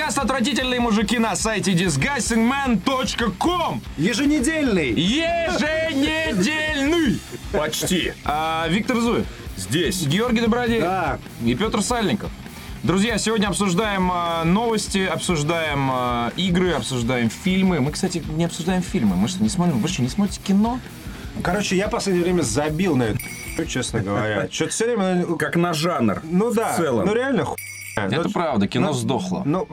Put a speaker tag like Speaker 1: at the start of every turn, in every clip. Speaker 1: отвратительные мужики на сайте disgustingman.com.
Speaker 2: Еженедельный.
Speaker 1: Еженедельный.
Speaker 3: Почти.
Speaker 1: А, Виктор Зуев,
Speaker 3: Здесь.
Speaker 1: Георгий Добродеев
Speaker 2: Да.
Speaker 1: и Петр Сальников. Друзья, сегодня обсуждаем а, новости, обсуждаем а, игры, обсуждаем фильмы. Мы, кстати, не обсуждаем фильмы. Мы что, не смотрим? Вы что, не смотрите кино?
Speaker 2: Короче, я в последнее время забил на это, честно говоря. Что-то все время... ну,
Speaker 3: Как на жанр.
Speaker 2: Ну да,
Speaker 3: В целом.
Speaker 2: ну реально хуй.
Speaker 1: Это правда, кино сдохло.
Speaker 2: Ну,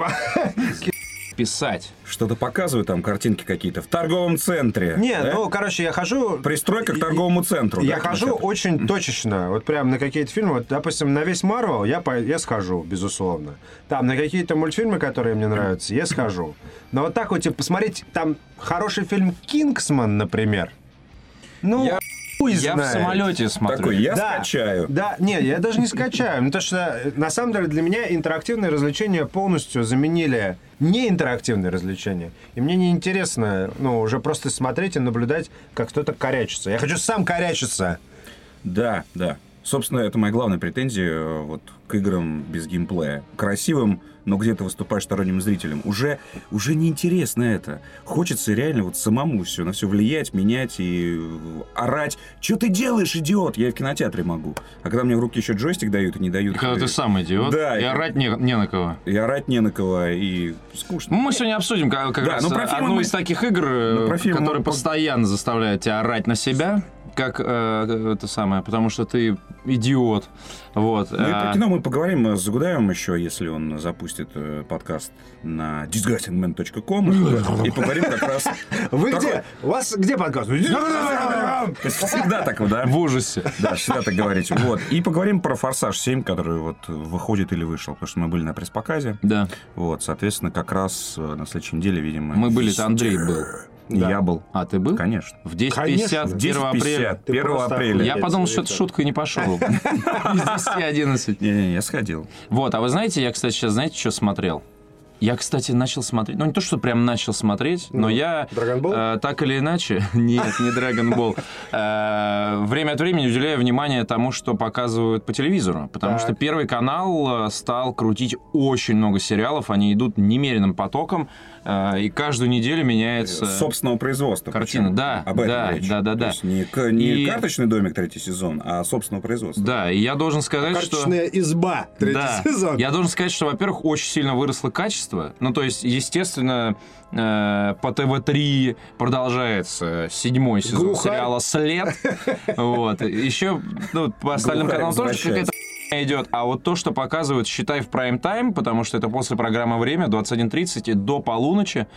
Speaker 1: Писать.
Speaker 3: Что-то показывают там, картинки какие-то. В торговом центре.
Speaker 2: не,
Speaker 3: да?
Speaker 2: ну, короче, я хожу...
Speaker 3: Пристройка к торговому центру.
Speaker 2: Я
Speaker 3: да,
Speaker 2: хожу
Speaker 3: кинотеатр?
Speaker 2: очень точечно, вот прям на какие-то фильмы, вот, допустим, на весь Марвел я, по- я схожу, безусловно. Там на какие-то мультфильмы, которые мне нравятся, я схожу. Но вот так вот, типа, посмотреть, там хороший фильм «Кингсман», например. Ну,
Speaker 1: Я-
Speaker 2: хуй
Speaker 1: Я в
Speaker 2: знает.
Speaker 1: самолете смотрю.
Speaker 3: Такой, я
Speaker 2: Да.
Speaker 3: скачаю.
Speaker 2: Да, не, я даже не скачаю. Потому что, э, на самом деле, для меня интерактивные развлечения полностью заменили неинтерактивные развлечения. И мне неинтересно, ну, уже просто смотреть и наблюдать, как кто-то корячится. Я хочу сам корячиться.
Speaker 3: Да, да. Собственно, это моя главная претензия э, вот, к играм без геймплея. Красивым, но где ты выступаешь сторонним зрителем. Уже, уже неинтересно это. Хочется реально вот самому все на все влиять, менять и э, орать. Что ты делаешь, идиот? Я и в кинотеатре могу. А когда мне в руки еще джойстик дают и не дают...
Speaker 1: Когда
Speaker 3: э,
Speaker 1: ты сам идиот,
Speaker 3: Да,
Speaker 1: и
Speaker 3: это-
Speaker 1: орать не, не на кого.
Speaker 3: И орать не на кого, и скучно.
Speaker 1: Ну, Мы сегодня обсудим как, как
Speaker 3: Да,
Speaker 1: раз
Speaker 3: ну, про фильмы
Speaker 1: одну
Speaker 3: мы-
Speaker 1: из таких игр, э,
Speaker 3: Ну, про фильмы
Speaker 1: которые
Speaker 3: мы-
Speaker 1: постоянно заставляют тебя орать на себя, как э, это самое, потому что ты идиот. Вот.
Speaker 3: Ну и
Speaker 1: а,
Speaker 3: про кино мы поговорим э, с Загудаем еще, если он запустит э, подкаст на disgustingman.com и поговорим как раз...
Speaker 2: Вы
Speaker 3: Такой-
Speaker 2: где? У вас где подкаст?
Speaker 3: То есть Всегда так, да?
Speaker 1: В ужасе.
Speaker 3: Да, всегда так говорите. Вот. И поговорим про «Форсаж 7», который вот выходит или вышел, потому что мы были на пресс-показе.
Speaker 1: Да.
Speaker 3: Вот, соответственно, как раз э, на следующей неделе, видимо...
Speaker 1: Мы были, это Андрей
Speaker 3: везде.
Speaker 1: был.
Speaker 3: И Я был.
Speaker 1: А ты был?
Speaker 3: Конечно.
Speaker 1: В 10.50
Speaker 2: Конечно.
Speaker 1: 1 апреля.
Speaker 3: 10:50, 1
Speaker 2: просто
Speaker 3: апреля.
Speaker 1: Я
Speaker 2: Блядь,
Speaker 1: подумал, что это
Speaker 2: Виктор.
Speaker 1: шутка и не пошел. Из 10.11.
Speaker 3: Не-не-не, я сходил.
Speaker 1: Вот, а вы знаете, я, кстати, сейчас, знаете, что смотрел? Я, кстати, начал смотреть, ну не то, что прям начал смотреть, но
Speaker 2: Ну,
Speaker 1: я
Speaker 2: Dragon Ball?
Speaker 1: э, так или иначе, нет, не Dragon Ball, Э, время от времени уделяю внимание тому, что показывают по телевизору, потому
Speaker 2: Так.
Speaker 1: что Первый канал э, стал крутить очень много сериалов, они идут немеренным потоком, э, и каждую неделю меняется...
Speaker 3: собственного производства.
Speaker 1: Картина,
Speaker 3: причем.
Speaker 1: да,
Speaker 3: Об этом
Speaker 1: да,
Speaker 3: речь.
Speaker 1: да, да,
Speaker 3: То
Speaker 1: да.
Speaker 3: есть не, к- не
Speaker 1: И-
Speaker 3: карточный домик третий сезон, а собственного производства.
Speaker 1: Да, и я должен сказать, что...
Speaker 2: Карточная изба. Третий
Speaker 1: Да.
Speaker 2: сезон.
Speaker 1: Я должен сказать, что, во-первых, очень сильно выросло качество. Ну, то есть, естественно, э, по ТВ-3 продолжается седьмой сезон
Speaker 2: Глухарь.
Speaker 1: сериала «След». Вот. Еще ну, по остальным
Speaker 3: Глухарь
Speaker 1: каналам тоже какая-то
Speaker 3: возвращается.
Speaker 1: идет. А вот то, что показывают, считай, в прайм-тайм, потому что это после программы «Время» 21.30 и до полуночи.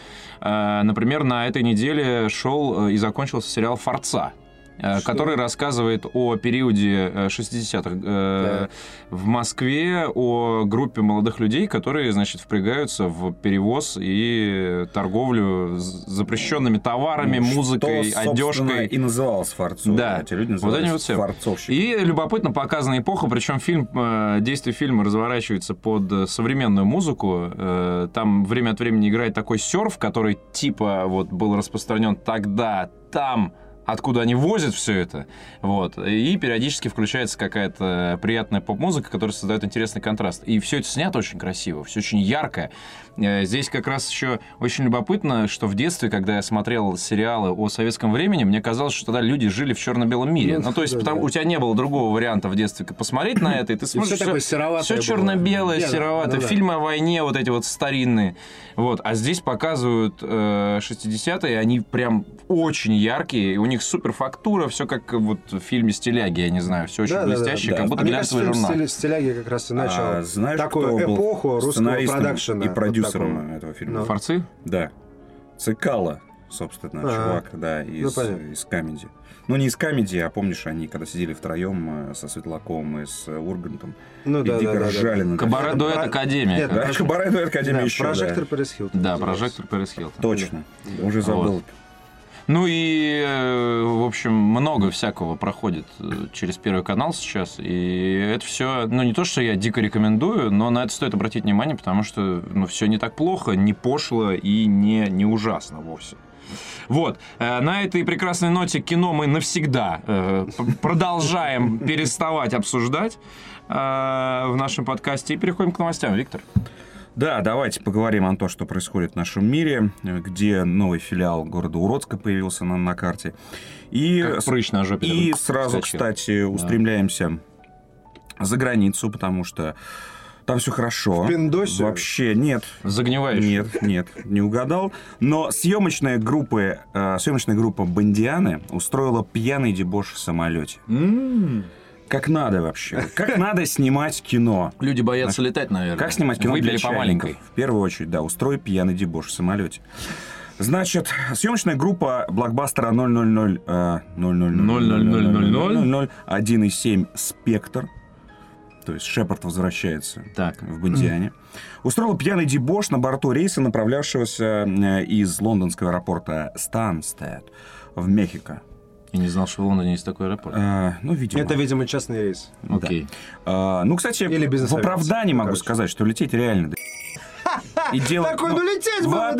Speaker 1: э, Например, на этой неделе шел э, и закончился сериал «Форца», э,
Speaker 2: Что?
Speaker 1: который рассказывает о периоде э, 60-х э,
Speaker 2: Так.
Speaker 1: в Москве, о группе молодых людей, которые, значит, впрягаются в перевоз и торговлю з- запрещенными товарами,
Speaker 3: Ну,
Speaker 1: музыкой,
Speaker 3: что, собственно,
Speaker 1: одежкой.
Speaker 3: и называлось фарцовщиками.
Speaker 1: Да.
Speaker 3: Эти люди
Speaker 1: Вот они
Speaker 3: назывались
Speaker 1: вот все.
Speaker 3: фарцовщиками.
Speaker 1: И любопытно показана эпоха, причем фильм, э, действие фильма разворачивается под э, современную музыку. Э, там время от времени играет такой серф, который типа вот был распространен тогда, там, откуда они возят все это. Вот. И периодически включается какая-то приятная поп-музыка, которая создает интересный контраст. И все это снято очень красиво, все очень ярко. Э, Здесь как раз еще очень любопытно, что в детстве, когда я смотрел сериалы о советском времени, мне казалось, что тогда люди жили в черно-белом мире.
Speaker 2: Ну,
Speaker 1: Ну, то есть,
Speaker 2: да,
Speaker 1: потому-
Speaker 2: да.
Speaker 1: у тебя не было другого варианта в детстве как посмотреть на это, и ты смотришь... всё- все черно-белое,
Speaker 2: ну,
Speaker 1: сероватое. Фильмы о войне вот эти вот старинные. Вот. А здесь показывают э, 60-е, они прям очень яркие, и у них супер фактура, все как вот в фильме «Стиляги», я не знаю, все очень
Speaker 2: Да-да-да,
Speaker 1: блестяще,
Speaker 3: да.
Speaker 1: как будто
Speaker 2: А мне кажется,
Speaker 1: глянцевый
Speaker 2: фильм
Speaker 1: журнал.
Speaker 2: «Стиля- «Стиляги» как раз и начал
Speaker 3: А знаешь,
Speaker 2: такую
Speaker 3: кто был
Speaker 2: эпоху русского
Speaker 3: сценаристом
Speaker 2: продакшена.
Speaker 3: и
Speaker 2: вот
Speaker 3: продюсером
Speaker 2: такого?
Speaker 3: этого фильма?
Speaker 2: Ну.
Speaker 1: Форцы?
Speaker 3: Да. Цикало, собственно,
Speaker 2: А.
Speaker 3: чувак, да, из,
Speaker 2: понятно.
Speaker 3: из Камеди. Ну, не из Камеди, а помнишь, они когда сидели втроем со Светлаком и с э, Ургантом,
Speaker 2: Ну
Speaker 3: и
Speaker 2: да,
Speaker 3: дико
Speaker 2: да, да, да.
Speaker 3: ржали над
Speaker 1: Кабаре
Speaker 3: этим.
Speaker 1: дуэт
Speaker 2: про-
Speaker 1: Академия.
Speaker 2: Нет,
Speaker 1: как
Speaker 3: Да,
Speaker 1: раз.
Speaker 3: Кабаре дуэт Академия
Speaker 2: Да,
Speaker 3: еще,
Speaker 2: Прожектор
Speaker 3: да.
Speaker 2: Пэрис Хилтон
Speaker 1: Да,
Speaker 2: называется.
Speaker 1: прожектор Пэрис Хилтон.
Speaker 3: Точно. Уже забыл.
Speaker 1: Ну и, э, в общем, много всякого проходит э, через Первый канал сейчас. И это все, ну не то, что я дико рекомендую, но на это стоит обратить внимание, потому что ну, все не так плохо, не пошло и не, не ужасно вовсе. Вот, э, на этой прекрасной ноте кино мы навсегда э, п- продолжаем переставать обсуждать э, в нашем подкасте и переходим к новостям, Виктор.
Speaker 3: Да, давайте поговорим о том, что происходит в нашем мире, э, где новый филиал города Уродска появился на, на карте. И,
Speaker 1: Как
Speaker 3: с-
Speaker 1: прыщ на жопе.
Speaker 3: и
Speaker 1: там
Speaker 3: сразу,
Speaker 1: вскочил.
Speaker 3: кстати, устремляемся за границу, потому что там все хорошо.
Speaker 2: В Пиндосе?
Speaker 3: Вообще нет,
Speaker 1: Загниваешь.
Speaker 3: Нет, нет, не угадал. Но съемочная группа, э, съемочная группа Бондианы устроила пьяный дебош в самолете.
Speaker 1: М.
Speaker 3: Как надо вообще? Как надо снимать кино?
Speaker 1: Люди боятся летать, наверное.
Speaker 3: Как снимать кино
Speaker 1: Выбили
Speaker 3: для
Speaker 1: по
Speaker 3: чайников?
Speaker 1: маленькой.
Speaker 3: В первую очередь, да, устрой пьяный дебош в самолете. Значит, съемочная группа блокбастера 000... э, 000 1,7 «Спектр», то есть Шепард возвращается
Speaker 1: Так.
Speaker 3: в Бондиане, устроил пьяный дебош на борту рейса, направлявшегося э, из лондонского аэропорта Станстед в Мехико.
Speaker 1: Я не знал, что в Лондоне есть такой аэропорт.
Speaker 3: Э, ну, видимо.
Speaker 2: Это, видимо, частный рейс.
Speaker 3: да.
Speaker 1: Окей.
Speaker 3: Э, ну, кстати,
Speaker 2: Или
Speaker 3: в
Speaker 2: бизнес-авиация,
Speaker 3: оправдании могу
Speaker 2: короче.
Speaker 3: сказать, что лететь реально до И делать...
Speaker 2: Такой,
Speaker 3: ну,
Speaker 2: ну лететь
Speaker 3: во-
Speaker 2: было,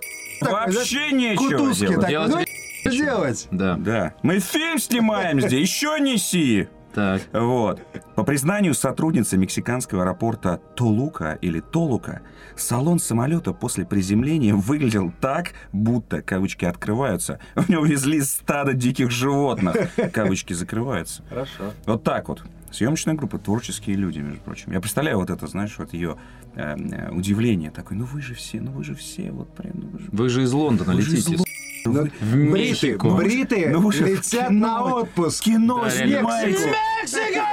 Speaker 3: Вообще нечего
Speaker 2: кутузки.
Speaker 3: делать.
Speaker 2: Так,
Speaker 1: Делать
Speaker 2: ну,
Speaker 1: нечего.
Speaker 2: что делать?
Speaker 1: Да.
Speaker 3: Да. Мы фильм снимаем здесь, еще неси!
Speaker 1: Так.
Speaker 3: Вот. По признанию сотрудницы мексиканского аэропорта Толука или Толука, салон самолета после приземления выглядел так, будто, кавычки открываются, в него везли стадо диких животных, кавычки закрываются.
Speaker 2: Хорошо.
Speaker 3: Вот так вот. Съемочная группа творческие люди, между прочим. Я представляю вот это, знаешь, вот ее э, э, удивление такое. Ну вы же все, ну вы же все, вот прям, ну вы же...
Speaker 1: Вы же из Лондона
Speaker 3: Вы же из
Speaker 1: летите.
Speaker 3: Лондона.
Speaker 2: Ну,
Speaker 3: Вы-
Speaker 1: В
Speaker 2: Бриты,
Speaker 1: Мексику.
Speaker 2: бриты
Speaker 3: Ну, уже в
Speaker 2: летят
Speaker 3: кино.
Speaker 2: на отпуск.
Speaker 3: Кино
Speaker 1: Да, реально.
Speaker 3: снимаете!
Speaker 1: Мексика!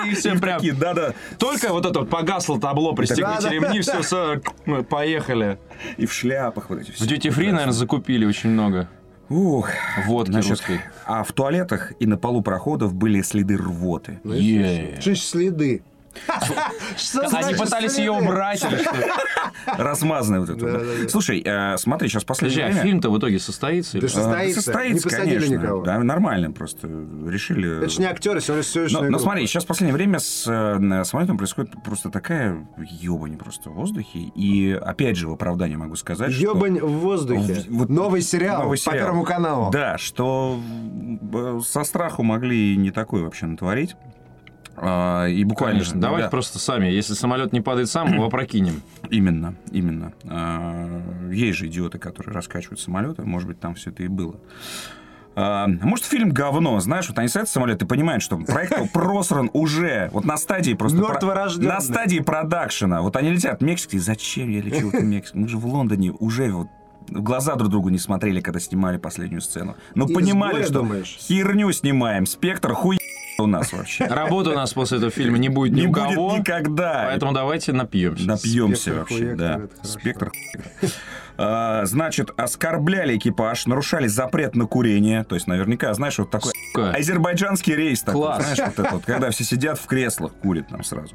Speaker 1: Такие все прям.
Speaker 3: Такие, да-да.
Speaker 1: Только вот это вот погасло табло, пристегните
Speaker 2: Да-да.
Speaker 1: ремни, все, все, мы поехали.
Speaker 3: И в шляпах вот эти
Speaker 1: В
Speaker 3: все.
Speaker 1: Duty Free, наверное, закупили очень много
Speaker 3: Ух,
Speaker 1: водки
Speaker 3: Значит,
Speaker 1: русской.
Speaker 3: А в туалетах и на полу проходов были следы рвоты.
Speaker 2: Ну,
Speaker 1: Е.
Speaker 2: Чуть следы.
Speaker 1: Они пытались ее убрать или что?
Speaker 3: Размазанные вот это. вот, да.
Speaker 2: Да-да-да.
Speaker 3: Слушай, э, смотри, сейчас
Speaker 1: Подожди,
Speaker 3: последнее
Speaker 1: а
Speaker 3: время...
Speaker 1: фильм-то в итоге состоится? или
Speaker 2: Да
Speaker 1: что?
Speaker 2: что- состоится.
Speaker 3: э,
Speaker 2: Не
Speaker 3: Состоится,
Speaker 2: посадили
Speaker 3: конечно.
Speaker 2: никого.
Speaker 3: Да, нормально просто. Решили...
Speaker 2: Это ж не актеры, все лишь
Speaker 3: Но,
Speaker 2: съемочная
Speaker 3: но
Speaker 2: группа.
Speaker 3: смотри, сейчас в последнее время с э, на- самолетом происходит просто такая ебань просто в воздухе. И опять же, в оправдании могу сказать, что...
Speaker 2: Ёбань в воздухе.
Speaker 3: В- вот
Speaker 2: новый сериал
Speaker 3: новый
Speaker 2: по
Speaker 3: сериал.
Speaker 2: Первому каналу.
Speaker 3: Да, что э, со страху могли и не такое вообще натворить. А, и буквально...
Speaker 1: Конечно, давайте
Speaker 3: да.
Speaker 1: просто сами. Если самолет не падает сам, его опрокинем.
Speaker 3: Именно, именно. А, Есть же идиоты, которые раскачивают самолеты. Может быть, там все это и было. А, Может, фильм говно, знаешь, вот они садятся в самолет и понимают, что проект был просран уже, вот на стадии просто... про-
Speaker 2: Мёртворождённый.
Speaker 3: На стадии продакшена. Вот они летят в Мексику, и зачем я лечу в Мексику? Мы же в Лондоне уже вот в глаза друг другу не смотрели, когда снимали последнюю сцену. Но
Speaker 2: И из
Speaker 3: понимали,
Speaker 2: горя
Speaker 3: что
Speaker 2: думаешь?
Speaker 3: херню снимаем, спектр хуй у нас вообще.
Speaker 1: Работы у нас после этого фильма не будет ни
Speaker 3: Не
Speaker 1: у
Speaker 3: будет
Speaker 1: кого.
Speaker 3: никогда.
Speaker 1: Поэтому давайте напьемся.
Speaker 3: Напьемся
Speaker 2: Спектр
Speaker 3: вообще,
Speaker 2: хуектор,
Speaker 3: да.
Speaker 2: это хорошо.
Speaker 3: Спектр хуектор. А, Значит, оскорбляли экипаж, нарушали запрет на курение. То есть, наверняка, знаешь, вот такой
Speaker 1: Сука.
Speaker 3: азербайджанский рейс такой,
Speaker 1: Класс.
Speaker 3: знаешь, вот этот вот, когда все сидят в креслах, курят нам сразу.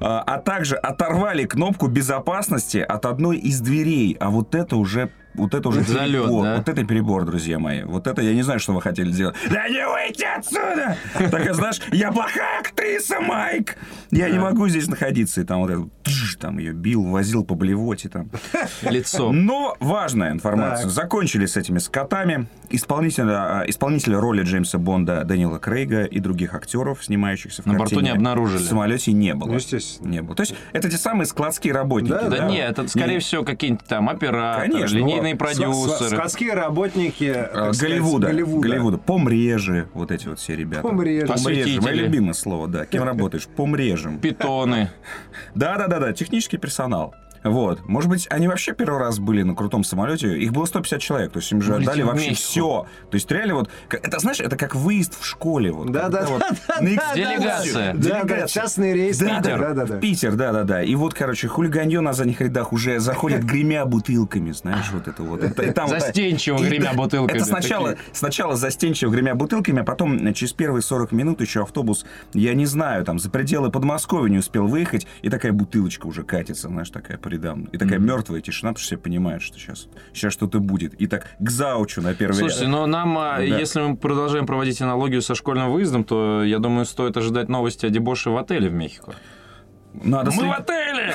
Speaker 3: А а также оторвали кнопку безопасности от одной из дверей. А вот это уже вот это уже
Speaker 1: Это залет,
Speaker 3: перебор.
Speaker 1: да?
Speaker 3: Вот это перебор, друзья мои. Вот это я не знаю, что вы хотели сделать. Да не выйти отсюда! Такая, знаешь, я плохая актриса, Майк! Я не могу здесь находиться. И там вот это, вот, тш, там ее бил, возил по блевоте там.
Speaker 1: Лицо.
Speaker 3: Но важная информация. Закончили с этими скотами. Исполнителя, э, исполнителя роли Джеймса Бонда Дэниела Крейга и других актеров, снимающихся в
Speaker 1: На борту
Speaker 3: картине,
Speaker 1: не обнаружили.
Speaker 3: В самолете не было.
Speaker 2: Ну, естественно.
Speaker 3: Не было. То есть это те самые складские работники.
Speaker 2: Да,
Speaker 1: Да нет, это, скорее всего, какие-нибудь там операторы,
Speaker 3: Конечно, ну,
Speaker 1: линейные
Speaker 3: вот.
Speaker 1: продюсеры.
Speaker 2: Скотские работники
Speaker 3: Э,
Speaker 2: так сказать,
Speaker 3: Голливуда.
Speaker 2: Голливуда.
Speaker 3: Помрежи, вот эти вот все ребята.
Speaker 2: Помрежи.
Speaker 3: Помрежи. Мое
Speaker 1: Посвятители.
Speaker 3: любимое слово, да. Кем работаешь? Помрежем.
Speaker 1: питоны.
Speaker 3: Да-да-да-да, технический персонал. Вот. Может быть, они вообще первый раз были на крутом самолете. Их было 150 человек. То есть им же
Speaker 2: Ну,
Speaker 1: Улетели
Speaker 3: отдали
Speaker 1: в
Speaker 3: вообще
Speaker 1: Мексику.
Speaker 3: все. То есть реально вот... как- Это, знаешь, это как выезд в школе. Вот,
Speaker 2: Да,
Speaker 3: когда
Speaker 2: да,
Speaker 3: вот
Speaker 2: да,
Speaker 3: на
Speaker 2: да,
Speaker 3: экскурсию.
Speaker 1: Делегация.
Speaker 2: Да, да,
Speaker 3: Делегация.
Speaker 2: частные рейсы.
Speaker 3: Да, да,
Speaker 2: да, да, да.
Speaker 3: в Питер, да-да-да. И вот, короче, хулиганье на задних рядах уже заходит, гремя бутылками, знаешь, вот это вот. Это- и там вот-
Speaker 1: Застенчиво
Speaker 3: и
Speaker 1: гремя
Speaker 3: да,
Speaker 1: бутылками.
Speaker 3: Это сначала,
Speaker 1: Такие.
Speaker 3: сначала застенчиво гремя бутылками, а потом э, через первые 40 минут еще автобус, я не знаю, там за пределы Подмосковья не успел выехать, и такая бутылочка уже катится, знаешь, такая по рядам. И такая мертвая тишина, потому что все понимают, что сейчас, сейчас что-то будет. И так к заучу на первый
Speaker 1: Слушайте, но нам, а,
Speaker 3: Да.
Speaker 1: если мы продолжаем проводить аналогию со школьным выездом, то, я думаю, стоит ожидать новости о дебоше в отеле в Мехико.
Speaker 3: Надо
Speaker 1: ну, Мы в
Speaker 3: след-
Speaker 1: отеле!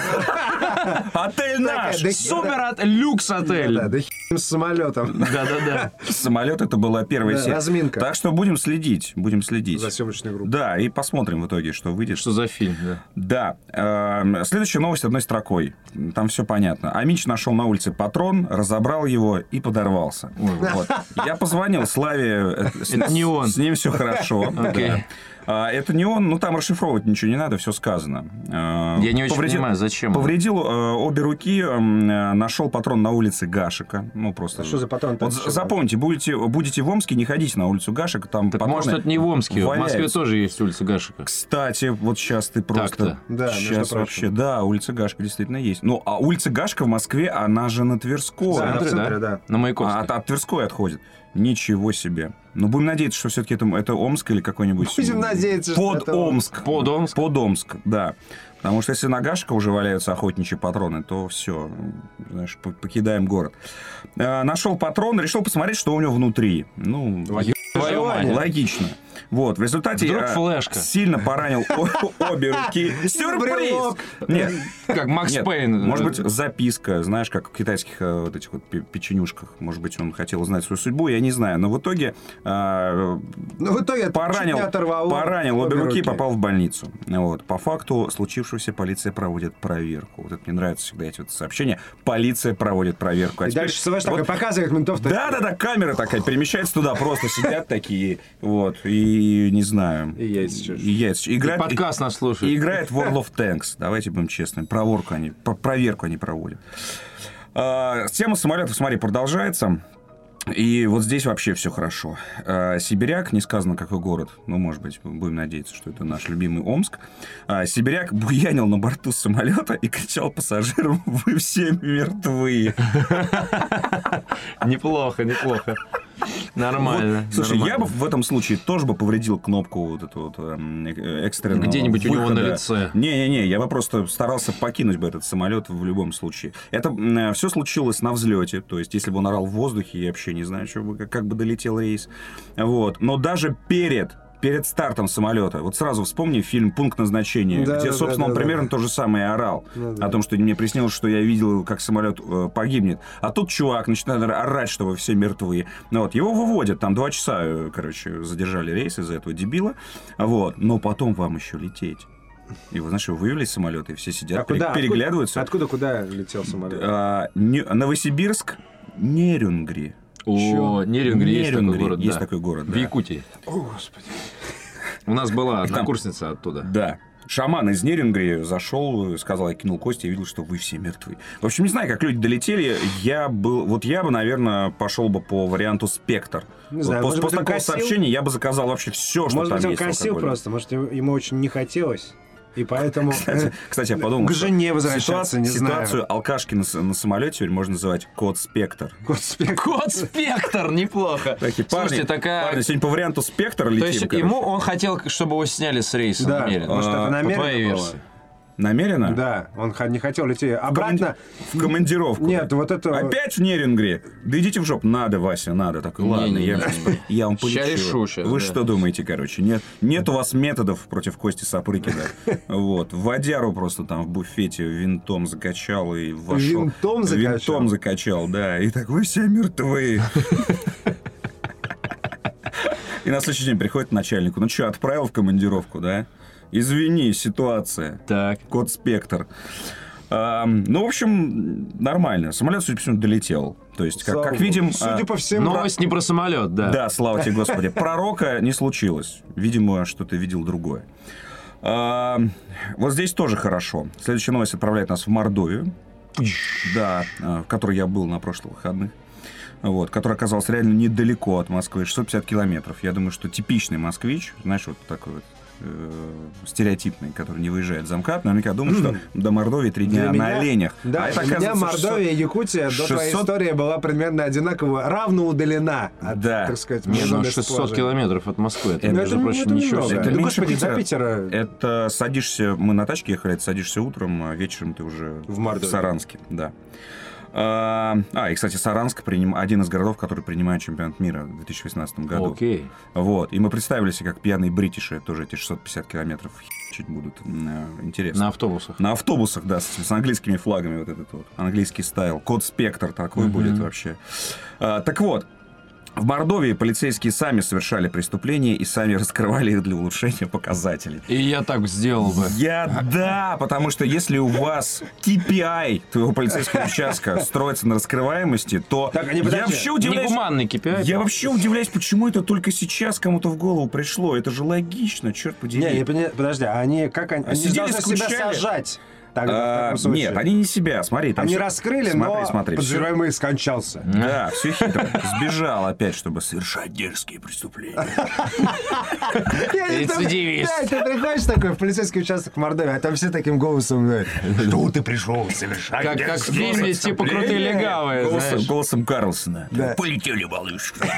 Speaker 3: Отель наш!
Speaker 2: да-
Speaker 1: Супер от- люкс
Speaker 3: Э,
Speaker 1: отель!
Speaker 2: Да, да хер с самолетом.
Speaker 1: Да-да-да.
Speaker 3: Самолет это была первая
Speaker 2: Да,
Speaker 3: серия.
Speaker 2: разминка.
Speaker 3: Так что будем следить, будем следить.
Speaker 2: За съемочную группу.
Speaker 3: Да, и посмотрим в итоге, что выйдет.
Speaker 1: Что за фильм, да?
Speaker 3: Да. Эм, Следующая новость одной строкой. Там все понятно. Амич нашел на улице патрон, разобрал его и подорвался. Вот. Я позвонил Славе. э, с-
Speaker 1: Это не он.
Speaker 3: С ним все хорошо.
Speaker 1: Окей.
Speaker 3: да. А, Это не он, ну там расшифровывать ничего не надо, все сказано. Э,
Speaker 1: Я не очень понимаю, зачем.
Speaker 3: Повредил э, обе руки, эм, э, нашел патрон на улице Гашика. Ну просто.
Speaker 2: А что за патрон?
Speaker 3: Вот за- запомните, будете, будете в Омске, не ходите на улицу Гашика, там
Speaker 1: Так
Speaker 3: патроны
Speaker 1: может, это не в Омске. В Москве
Speaker 3: валяются. тоже.
Speaker 1: тоже есть улица Гашика.
Speaker 3: Кстати, вот сейчас ты просто...
Speaker 1: Так-то.
Speaker 2: Да, между
Speaker 3: сейчас
Speaker 2: прочим.
Speaker 3: вообще, да, улица Гашка действительно есть. Ну, а улица Гашка в Москве, она же на Тверской.
Speaker 2: Да, она в
Speaker 1: Смотри,
Speaker 2: центре, да.
Speaker 1: На
Speaker 3: а
Speaker 1: Маяковской.
Speaker 3: от, от Тверской отходит. Ничего себе. Ну, будем надеяться, что все-таки это, это Омск или какой-нибудь...
Speaker 2: Будем надеяться, что
Speaker 3: Под
Speaker 2: это
Speaker 3: Омск.
Speaker 1: Под Омск.
Speaker 3: Под Омск, да. Потому что если на Гашка уже валяются охотничьи патроны, то все, знаешь, по- покидаем город. нашел патрон, решил посмотреть, что у него внутри. Ну,
Speaker 1: Твою мать.
Speaker 3: Логично. Вот, в результате
Speaker 1: Вдруг
Speaker 3: э,
Speaker 1: флешка.
Speaker 3: сильно поранил о- обе руки. Сюрприз!
Speaker 2: брелок.
Speaker 3: Нет,
Speaker 1: Как Макс
Speaker 3: нет,
Speaker 1: Пейн. э,
Speaker 3: может быть, записка, знаешь, как в китайских э, вот этих вот пе- печенюшках. Может быть, он хотел узнать свою судьбу, я не знаю. Но в итоге э,
Speaker 2: Ну, в итоге это чуть
Speaker 3: поранил,
Speaker 2: не оторвало.
Speaker 3: поранил обе руки, попал в больницу. Вот. По факту случившегося полиция проводит проверку. Вот это мне нравятся всегда эти вот сообщения. Полиция проводит проверку. А
Speaker 2: И
Speaker 3: теперь
Speaker 2: дальше СВШ такой
Speaker 3: вот
Speaker 2: показывает ментов. так,
Speaker 3: да, да, да, камера такая перемещается туда, просто сидят такие, вот, и не знаю.
Speaker 2: И яйца чешут.
Speaker 3: И яйца чешут. Играет,
Speaker 1: Подкаст нас
Speaker 3: и
Speaker 1: слушает.
Speaker 3: играет World of Tanks, давайте будем честными. Проворку они, про- проверку они проводят. А, тема самолетов, смотри, продолжается. И вот здесь вообще все хорошо. А, Сибиряк, не сказано какой город, ну, может быть, будем надеяться, что это наш любимый Омск. А, Сибиряк буянил на борту самолета и кричал пассажирам, вы все мертвы.
Speaker 1: Неплохо, неплохо. Нормально.
Speaker 3: Вот, слушай, я бы
Speaker 1: нормально.
Speaker 3: в этом случае тоже бы повредил кнопку вот эту вот эм, э, экстренного
Speaker 1: Где-нибудь у него
Speaker 3: выхода.
Speaker 1: на лице.
Speaker 3: Не-не-не, я бы просто старался покинуть бы этот самолет в любом случае. Это все случилось на взлете, то есть если бы он орал в воздухе, я вообще не знаю, что бы, как, как бы долетел рейс. Вот. Но даже перед перед стартом самолета. Вот сразу вспомни фильм «Пункт назначения»,
Speaker 2: Да,
Speaker 3: где,
Speaker 2: да,
Speaker 3: собственно,
Speaker 2: да,
Speaker 3: он
Speaker 2: да,
Speaker 3: примерно
Speaker 2: да.
Speaker 3: то же самое и орал.
Speaker 2: Ну да.
Speaker 3: О том, что мне приснилось, что я видел, как самолет э, погибнет. А тут чувак начинает орать, что вы все мертвы. Ну вот, его выводят, там два часа, э, короче, задержали рейс из-за этого дебила. Вот, но потом вам еще лететь. И вы, знаешь, его вывели с самолета, и все сидят,
Speaker 2: А куда?
Speaker 3: пере- переглядываются.
Speaker 2: Откуда куда летел самолет?
Speaker 3: А, Ню- Новосибирск, Нерюнгри.
Speaker 1: О, Нерингри есть такой город.
Speaker 3: Есть
Speaker 1: да.
Speaker 3: такой город,
Speaker 1: В
Speaker 3: да.
Speaker 1: Якутии.
Speaker 2: О, господи.
Speaker 1: У нас была
Speaker 3: там-
Speaker 1: однокурсница оттуда.
Speaker 3: Да. Шаман из Нерингри зашел, сказал, я кинул кости, я видел, что вы все мертвы. В общем, не знаю, как люди долетели. Я был, вот я бы, наверное, пошел бы по варианту спектр.
Speaker 2: Не
Speaker 3: Вот
Speaker 2: знаю, может быть,
Speaker 3: после после
Speaker 2: он
Speaker 3: такого
Speaker 2: косил?
Speaker 3: сообщения я бы заказал вообще все, что
Speaker 2: Может
Speaker 3: там
Speaker 2: быть, он
Speaker 3: есть.
Speaker 2: косил
Speaker 3: алкоголя.
Speaker 2: просто, может, ему- ему очень не хотелось. И поэтому... э,
Speaker 3: Кстати, кстати, я подумал,
Speaker 2: К
Speaker 3: что
Speaker 2: жене возвращаться,
Speaker 3: ситуацию,
Speaker 2: не знаю.
Speaker 3: ситуацию алкашки на, с- на самолете теперь можно называть код спектр.
Speaker 2: Господи.
Speaker 1: Кот Спектр, неплохо.
Speaker 3: Такие
Speaker 1: Слушайте,
Speaker 3: парни, парни,
Speaker 1: такая...
Speaker 3: сегодня по варианту спектр летим.
Speaker 1: То есть
Speaker 3: короче.
Speaker 1: ему он хотел, чтобы его сняли с рейса
Speaker 2: Да,
Speaker 1: намеренно.
Speaker 2: может, это
Speaker 1: По
Speaker 2: намеренно
Speaker 1: твоей
Speaker 2: было?
Speaker 1: версии.
Speaker 3: намеренно?
Speaker 2: Да, он х- не хотел лететь. Обратно...
Speaker 3: В командировку.
Speaker 2: Нет, вот это...
Speaker 3: Опять в Нерингре? Да идите в жопу. Надо, Вася, надо. Такой, ладно,
Speaker 1: Не-не-не.
Speaker 3: я, я вам полечу.
Speaker 1: Ща решу щас,
Speaker 3: Вы
Speaker 1: да.
Speaker 3: что думаете, короче? Нет, нет у вас методов против Кости Сапрыкина. Вот. Водяру просто там в буфете винтом закачал и вошел.
Speaker 2: Винтом закачал?
Speaker 3: Винтом закачал, да. И так, вы все мертвы. И на следующий день приходит начальнику. Ну что, отправил в командировку, да? Извини, ситуация.
Speaker 1: Так.
Speaker 3: Код спектр. А, ну, в общем, нормально. Самолет, судя по всему, долетел. То есть, как,
Speaker 2: Слава
Speaker 3: как
Speaker 2: богу.
Speaker 3: видим...
Speaker 2: Судя
Speaker 3: а,
Speaker 2: по всему...
Speaker 1: Новость не про самолет, да.
Speaker 3: Да, слава тебе, Господи. Пророка не случилось. Видимо, что-то видел другое. А, вот здесь тоже хорошо. Следующая новость отправляет нас в Мордовию. Да, а, в которой я был на прошлых выходных. Вот, который оказался реально недалеко от Москвы, 650 километров. Я думаю, что типичный москвич, знаешь, вот такой вот э, стереотипный, который не выезжает за МКАД, наверняка думает, что до Мордовии три
Speaker 2: Для
Speaker 3: дня на
Speaker 2: меня-
Speaker 3: оленях.
Speaker 2: Да,
Speaker 3: А это,
Speaker 2: у меня
Speaker 3: оказывается, 600
Speaker 2: Мордовия и Якутия до твоей
Speaker 3: 600
Speaker 2: истории была примерно одинаково, равно удалена от,
Speaker 3: Да.
Speaker 2: так сказать,
Speaker 1: Не, ну
Speaker 2: международных
Speaker 1: 600
Speaker 2: положений.
Speaker 1: километров от Москвы. Это,
Speaker 2: Ну,
Speaker 1: между
Speaker 2: это-
Speaker 1: прочим,
Speaker 2: это
Speaker 1: ничего
Speaker 2: немного.
Speaker 1: себе.
Speaker 3: Это
Speaker 2: Да
Speaker 3: меньше
Speaker 2: господи, до
Speaker 3: Питера.
Speaker 2: Питера.
Speaker 3: Это садишься, мы на тачке ехали, это садишься утром, а вечером ты уже
Speaker 2: В Мордовии.
Speaker 3: Саранске, да. А, а, и, кстати, Саранск приним... один из городов, который принимает чемпионат мира в 2018 году.
Speaker 1: Окей.
Speaker 3: Вот. И мы представили себе, как пьяные бритиши тоже эти 650 километров чуть будут. Э, Интересно.
Speaker 1: На автобусах.
Speaker 3: На автобусах, да, с, с английскими флагами вот этот вот. Английский стайл. Код спектр такой
Speaker 1: Мгм.
Speaker 3: будет вообще. А, так вот, в Мордовии полицейские сами совершали преступления и сами раскрывали их для улучшения показателей.
Speaker 1: И я так сделал бы.
Speaker 3: Я да, потому что если у вас KPI твоего полицейского участка строится на раскрываемости, то
Speaker 2: Так, а не а
Speaker 3: я
Speaker 2: подожди,
Speaker 3: вообще удивляюсь.
Speaker 1: Негуманный KPI.
Speaker 3: Я вообще удивляюсь, почему это только сейчас кому-то в голову пришло. Это же логично, черт подери.
Speaker 2: Не, не, поня- подожди, а они как они, они
Speaker 3: сидели,
Speaker 2: должны себя
Speaker 3: скучали?
Speaker 2: сажать?
Speaker 3: А,
Speaker 2: Тогда, в таком случае.
Speaker 3: нет, они не себя, смотри. Там
Speaker 2: Они
Speaker 3: всё-
Speaker 2: раскрыли,
Speaker 3: смотри,
Speaker 2: но
Speaker 3: смотри, всё-
Speaker 2: подозреваемый скончался.
Speaker 3: Да, все хитро. Сбежал опять, чтобы совершать дерзкие преступления.
Speaker 2: Я не знаю,
Speaker 1: Рецидивист.
Speaker 2: блядь, Ты приходишь такой в полицейский участок в Мордовии, а там все таким голосом говорят, что Ну, ты пришел совершать?
Speaker 1: Как, как в фильме, типа, крутые легавые,
Speaker 3: Голосом,
Speaker 1: знаешь.
Speaker 3: голосом Карлсона.
Speaker 2: Да.
Speaker 3: Э, Полетели, малышка.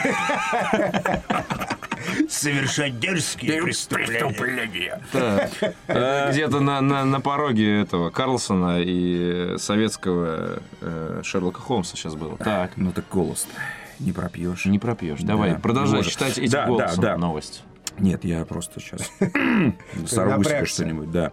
Speaker 2: Совершать дерзкие
Speaker 3: Преступление.
Speaker 1: Это Э, Где-то на, на, на пороге этого Карлсона и советского э, Шерлока Холмса сейчас было. Так,
Speaker 3: Ну так голос не пропьешь.
Speaker 1: не пропьешь. Давай,
Speaker 3: Да.
Speaker 1: продолжай
Speaker 3: Боже.
Speaker 1: читать этим
Speaker 3: Да, да,
Speaker 1: голосом
Speaker 3: да.
Speaker 1: новость.
Speaker 3: Нет, я просто сейчас сорву себе
Speaker 2: Напрягся.
Speaker 3: что-нибудь, да.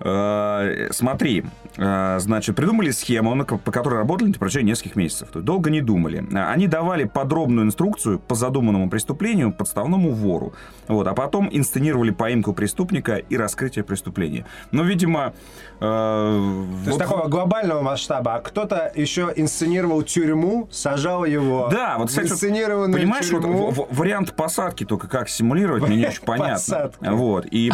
Speaker 3: Э, Смотри, э, значит, придумали схему, на ко- по которой работали на протяжении нескольких месяцев. То есть долго не думали. А, Они давали подробную инструкцию по задуманному преступлению подставному вору. Вот, а потом инсценировали поимку преступника и раскрытие преступления. Ну, видимо... а,
Speaker 2: То есть такого глобального масштаба, а кто-то еще инсценировал тюрьму, сажал его.
Speaker 3: Да, вот, кстати, вот,
Speaker 2: инсценированную
Speaker 3: Понимаешь, вот
Speaker 2: тюрьму.
Speaker 3: в- в- вариант посадки только как симулировать, мне не очень понятно.
Speaker 2: Посадки.
Speaker 3: Вот. И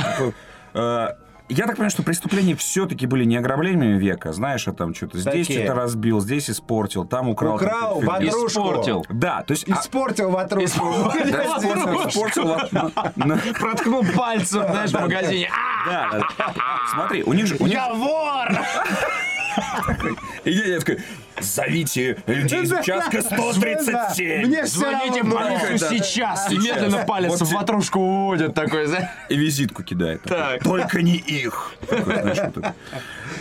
Speaker 3: э, я так понимаю, что преступления все-таки были не ограблениями века. Знаешь, а там что-то здесь
Speaker 2: Такие.
Speaker 3: что-то разбил, здесь испортил, там украл.
Speaker 2: Украл,
Speaker 3: какую-то фигню.
Speaker 2: Подружку.
Speaker 1: Испортил.
Speaker 3: Да, то есть... а-
Speaker 2: Испортил ватрушку.
Speaker 3: да,
Speaker 1: Подружку.
Speaker 3: испортил ватрушку. Ну,
Speaker 1: Проткнул пальцем, знаешь, в магазине. А,
Speaker 3: да, да. Смотри, у них же... у них-
Speaker 1: я вор!
Speaker 3: И я- я такой, зовите людей из
Speaker 2: Да.
Speaker 3: участка 137.
Speaker 2: Мне все
Speaker 1: Звоните
Speaker 2: равно.
Speaker 1: полицию
Speaker 3: да.
Speaker 1: сейчас! И
Speaker 3: Сейчас.
Speaker 1: медленно палец
Speaker 3: Вот
Speaker 1: в
Speaker 3: те-
Speaker 1: ватрушку уводит такой, знаешь.
Speaker 3: И визитку кидает.
Speaker 1: Так.
Speaker 3: Только не их. Такой, знаешь, вот это.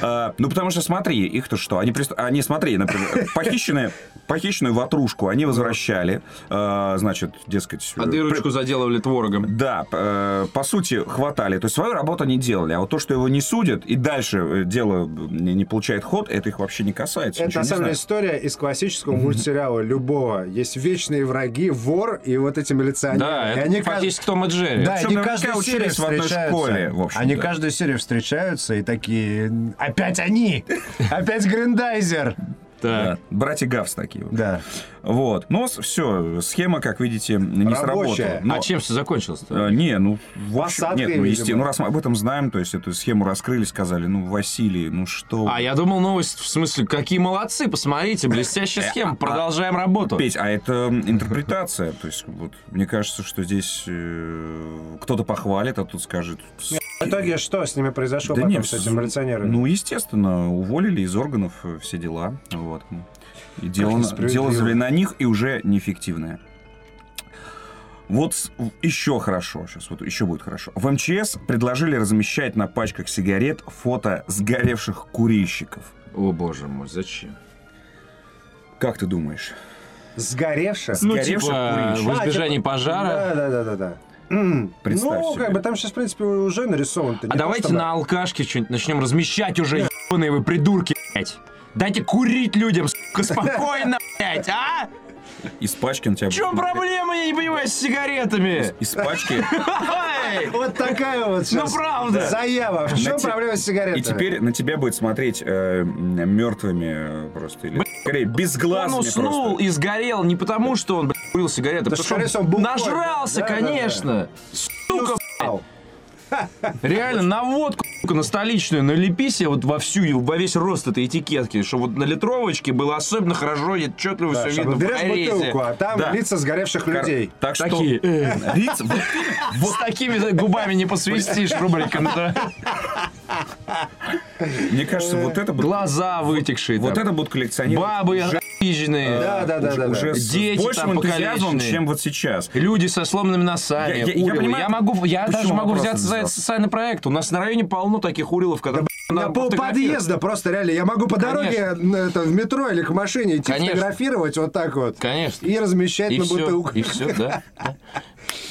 Speaker 3: А, Ну, потому что смотри, их-то что? Они, прист- они смотри, например, похищенные, похищенную ватрушку они возвращали, а, значит, дескать...
Speaker 1: А
Speaker 3: э,
Speaker 1: дырочку заделывали творогом.
Speaker 3: да, э, по сути, хватали. То есть свою работу они делали. А вот то, что его не судят, и дальше э, дело не не получает ход, это их вообще не касается.
Speaker 2: Это
Speaker 3: ничего
Speaker 2: на
Speaker 3: не
Speaker 2: самом деле
Speaker 3: знают.
Speaker 2: история из классического мультсериала любого. Есть вечные враги, вор и вот эти милиционеры.
Speaker 1: Да,
Speaker 2: И
Speaker 1: это
Speaker 2: они кажд-
Speaker 1: фактически Том и Джерри.
Speaker 2: Да,
Speaker 3: Причем
Speaker 2: они
Speaker 3: наверняка
Speaker 2: каждую серию
Speaker 3: учились в одной
Speaker 2: встречаются.
Speaker 3: школе, в общем,
Speaker 2: они
Speaker 3: да.
Speaker 2: каждую серию встречаются и такие... Опять они! Опять Гриндайзер!
Speaker 1: Так.
Speaker 3: Да, Братья Гавс такие. вот.
Speaker 2: Да.
Speaker 3: Вот. Но все, схема, как видите, не сработала.
Speaker 2: Рабочая.
Speaker 3: Но-
Speaker 1: А чем все закончилось-то?
Speaker 3: Э, Не, ну, в общем,
Speaker 2: Посадкой,
Speaker 3: нет, ну,
Speaker 2: видимо.
Speaker 3: есте- ну, раз мы об этом знаем, то есть эту схему раскрыли, сказали, ну, Василий, ну что...
Speaker 1: А я думал новость в смысле, какие молодцы, посмотрите, блестящая схема, продолжаем работу.
Speaker 3: Петь, а это интерпретация, то есть вот мне кажется, что здесь э, кто-то похвалит, а тут скажет. «С-
Speaker 2: В итоге что с ними произошло
Speaker 3: Да
Speaker 2: потом,
Speaker 3: нет,
Speaker 2: с этими милиционерами?
Speaker 3: Ну, естественно, уволили из органов э, все дела, вот. И дело,
Speaker 2: несправедливо.
Speaker 3: дело завели на них и уже неэффективное. Вот с- в- еще хорошо, сейчас вот еще будет хорошо. В МЧС предложили размещать на пачках сигарет фото сгоревших курильщиков.
Speaker 1: О боже мой, зачем?
Speaker 3: Как ты думаешь?
Speaker 2: Сгоревших?
Speaker 1: Ну,
Speaker 3: Сгоревших
Speaker 1: типа,
Speaker 3: курильщиков.
Speaker 1: в избежании пожара.
Speaker 2: А, Да, да, да, да.
Speaker 3: Представь
Speaker 2: ну,
Speaker 3: себе.
Speaker 2: как бы там сейчас, в принципе, уже нарисован.
Speaker 1: А давайте на алкашке что-нибудь начнем размещать уже, ебаные вы придурки, блядь. Дайте курить людям, сука, спокойно, блядь, а?
Speaker 3: Из пачки на тебя...
Speaker 1: В чем
Speaker 3: будут-
Speaker 1: проблема, я не понимаю, с сигаретами?
Speaker 3: Из пачки...
Speaker 1: Ай!
Speaker 2: Вот такая вот
Speaker 1: Ну
Speaker 2: сейчас
Speaker 1: правда!
Speaker 2: заява. В чем
Speaker 3: те-
Speaker 2: проблема с сигаретами?
Speaker 3: И теперь на тебя будет смотреть мертвыми просто. Или скорее,
Speaker 1: Он
Speaker 3: безглазными
Speaker 1: уснул
Speaker 3: просто.
Speaker 1: и сгорел не потому, что он блядь, курил сигареты, а
Speaker 2: Да,
Speaker 1: потому что он,
Speaker 2: скорее всего, бухой.
Speaker 1: нажрался,
Speaker 2: Да, да, да.
Speaker 1: конечно. Сука,
Speaker 2: Ау.
Speaker 1: реально, на водку, сука, на столичную налепи себе вот во всю, и во весь рост этой этикетки, чтобы вот на литровочке было особенно хорошо и отчетливо
Speaker 2: Да,
Speaker 1: все
Speaker 2: чтобы
Speaker 1: видно в
Speaker 2: Берешь
Speaker 1: порезе.
Speaker 2: бутылку, а там
Speaker 3: Да.
Speaker 2: лица сгоревших
Speaker 3: Кор-
Speaker 2: людей.
Speaker 3: Так что...
Speaker 1: Такие, э,
Speaker 3: Лиц- вот-
Speaker 1: с такими губами не посвистишь рубриками, да?
Speaker 3: Мне кажется, вот это будет...
Speaker 1: Глаза вытекшие,
Speaker 3: Вот
Speaker 1: там,
Speaker 3: это будут коллекционировать
Speaker 1: Э, бабы
Speaker 3: уже-
Speaker 1: обиженные,
Speaker 2: Да, да, да, да. да.
Speaker 3: уже с
Speaker 1: Дети
Speaker 3: большим
Speaker 1: там
Speaker 3: энтузиазмом,
Speaker 1: покалеченные.
Speaker 3: чем вот сейчас.
Speaker 1: Люди со сломанными носами,
Speaker 3: Я- я- я
Speaker 1: урилы. Я,
Speaker 3: понимаю,
Speaker 1: могу, я
Speaker 3: почему
Speaker 1: даже могу
Speaker 3: вопрос
Speaker 1: взяться за
Speaker 3: задал.
Speaker 1: этот социальный проект. У нас на районе полно таких урилов, когда просто
Speaker 4: Я
Speaker 1: надо
Speaker 4: пол
Speaker 1: пофотографировать.
Speaker 4: подъезда просто реально. Я могу по дороге ну, это, в метро или к машине идти
Speaker 1: Конечно.
Speaker 4: фотографировать вот так вот.
Speaker 1: Конечно.
Speaker 4: И размещать
Speaker 1: И
Speaker 4: на
Speaker 1: все,
Speaker 4: бутылку.
Speaker 1: и все, да. да.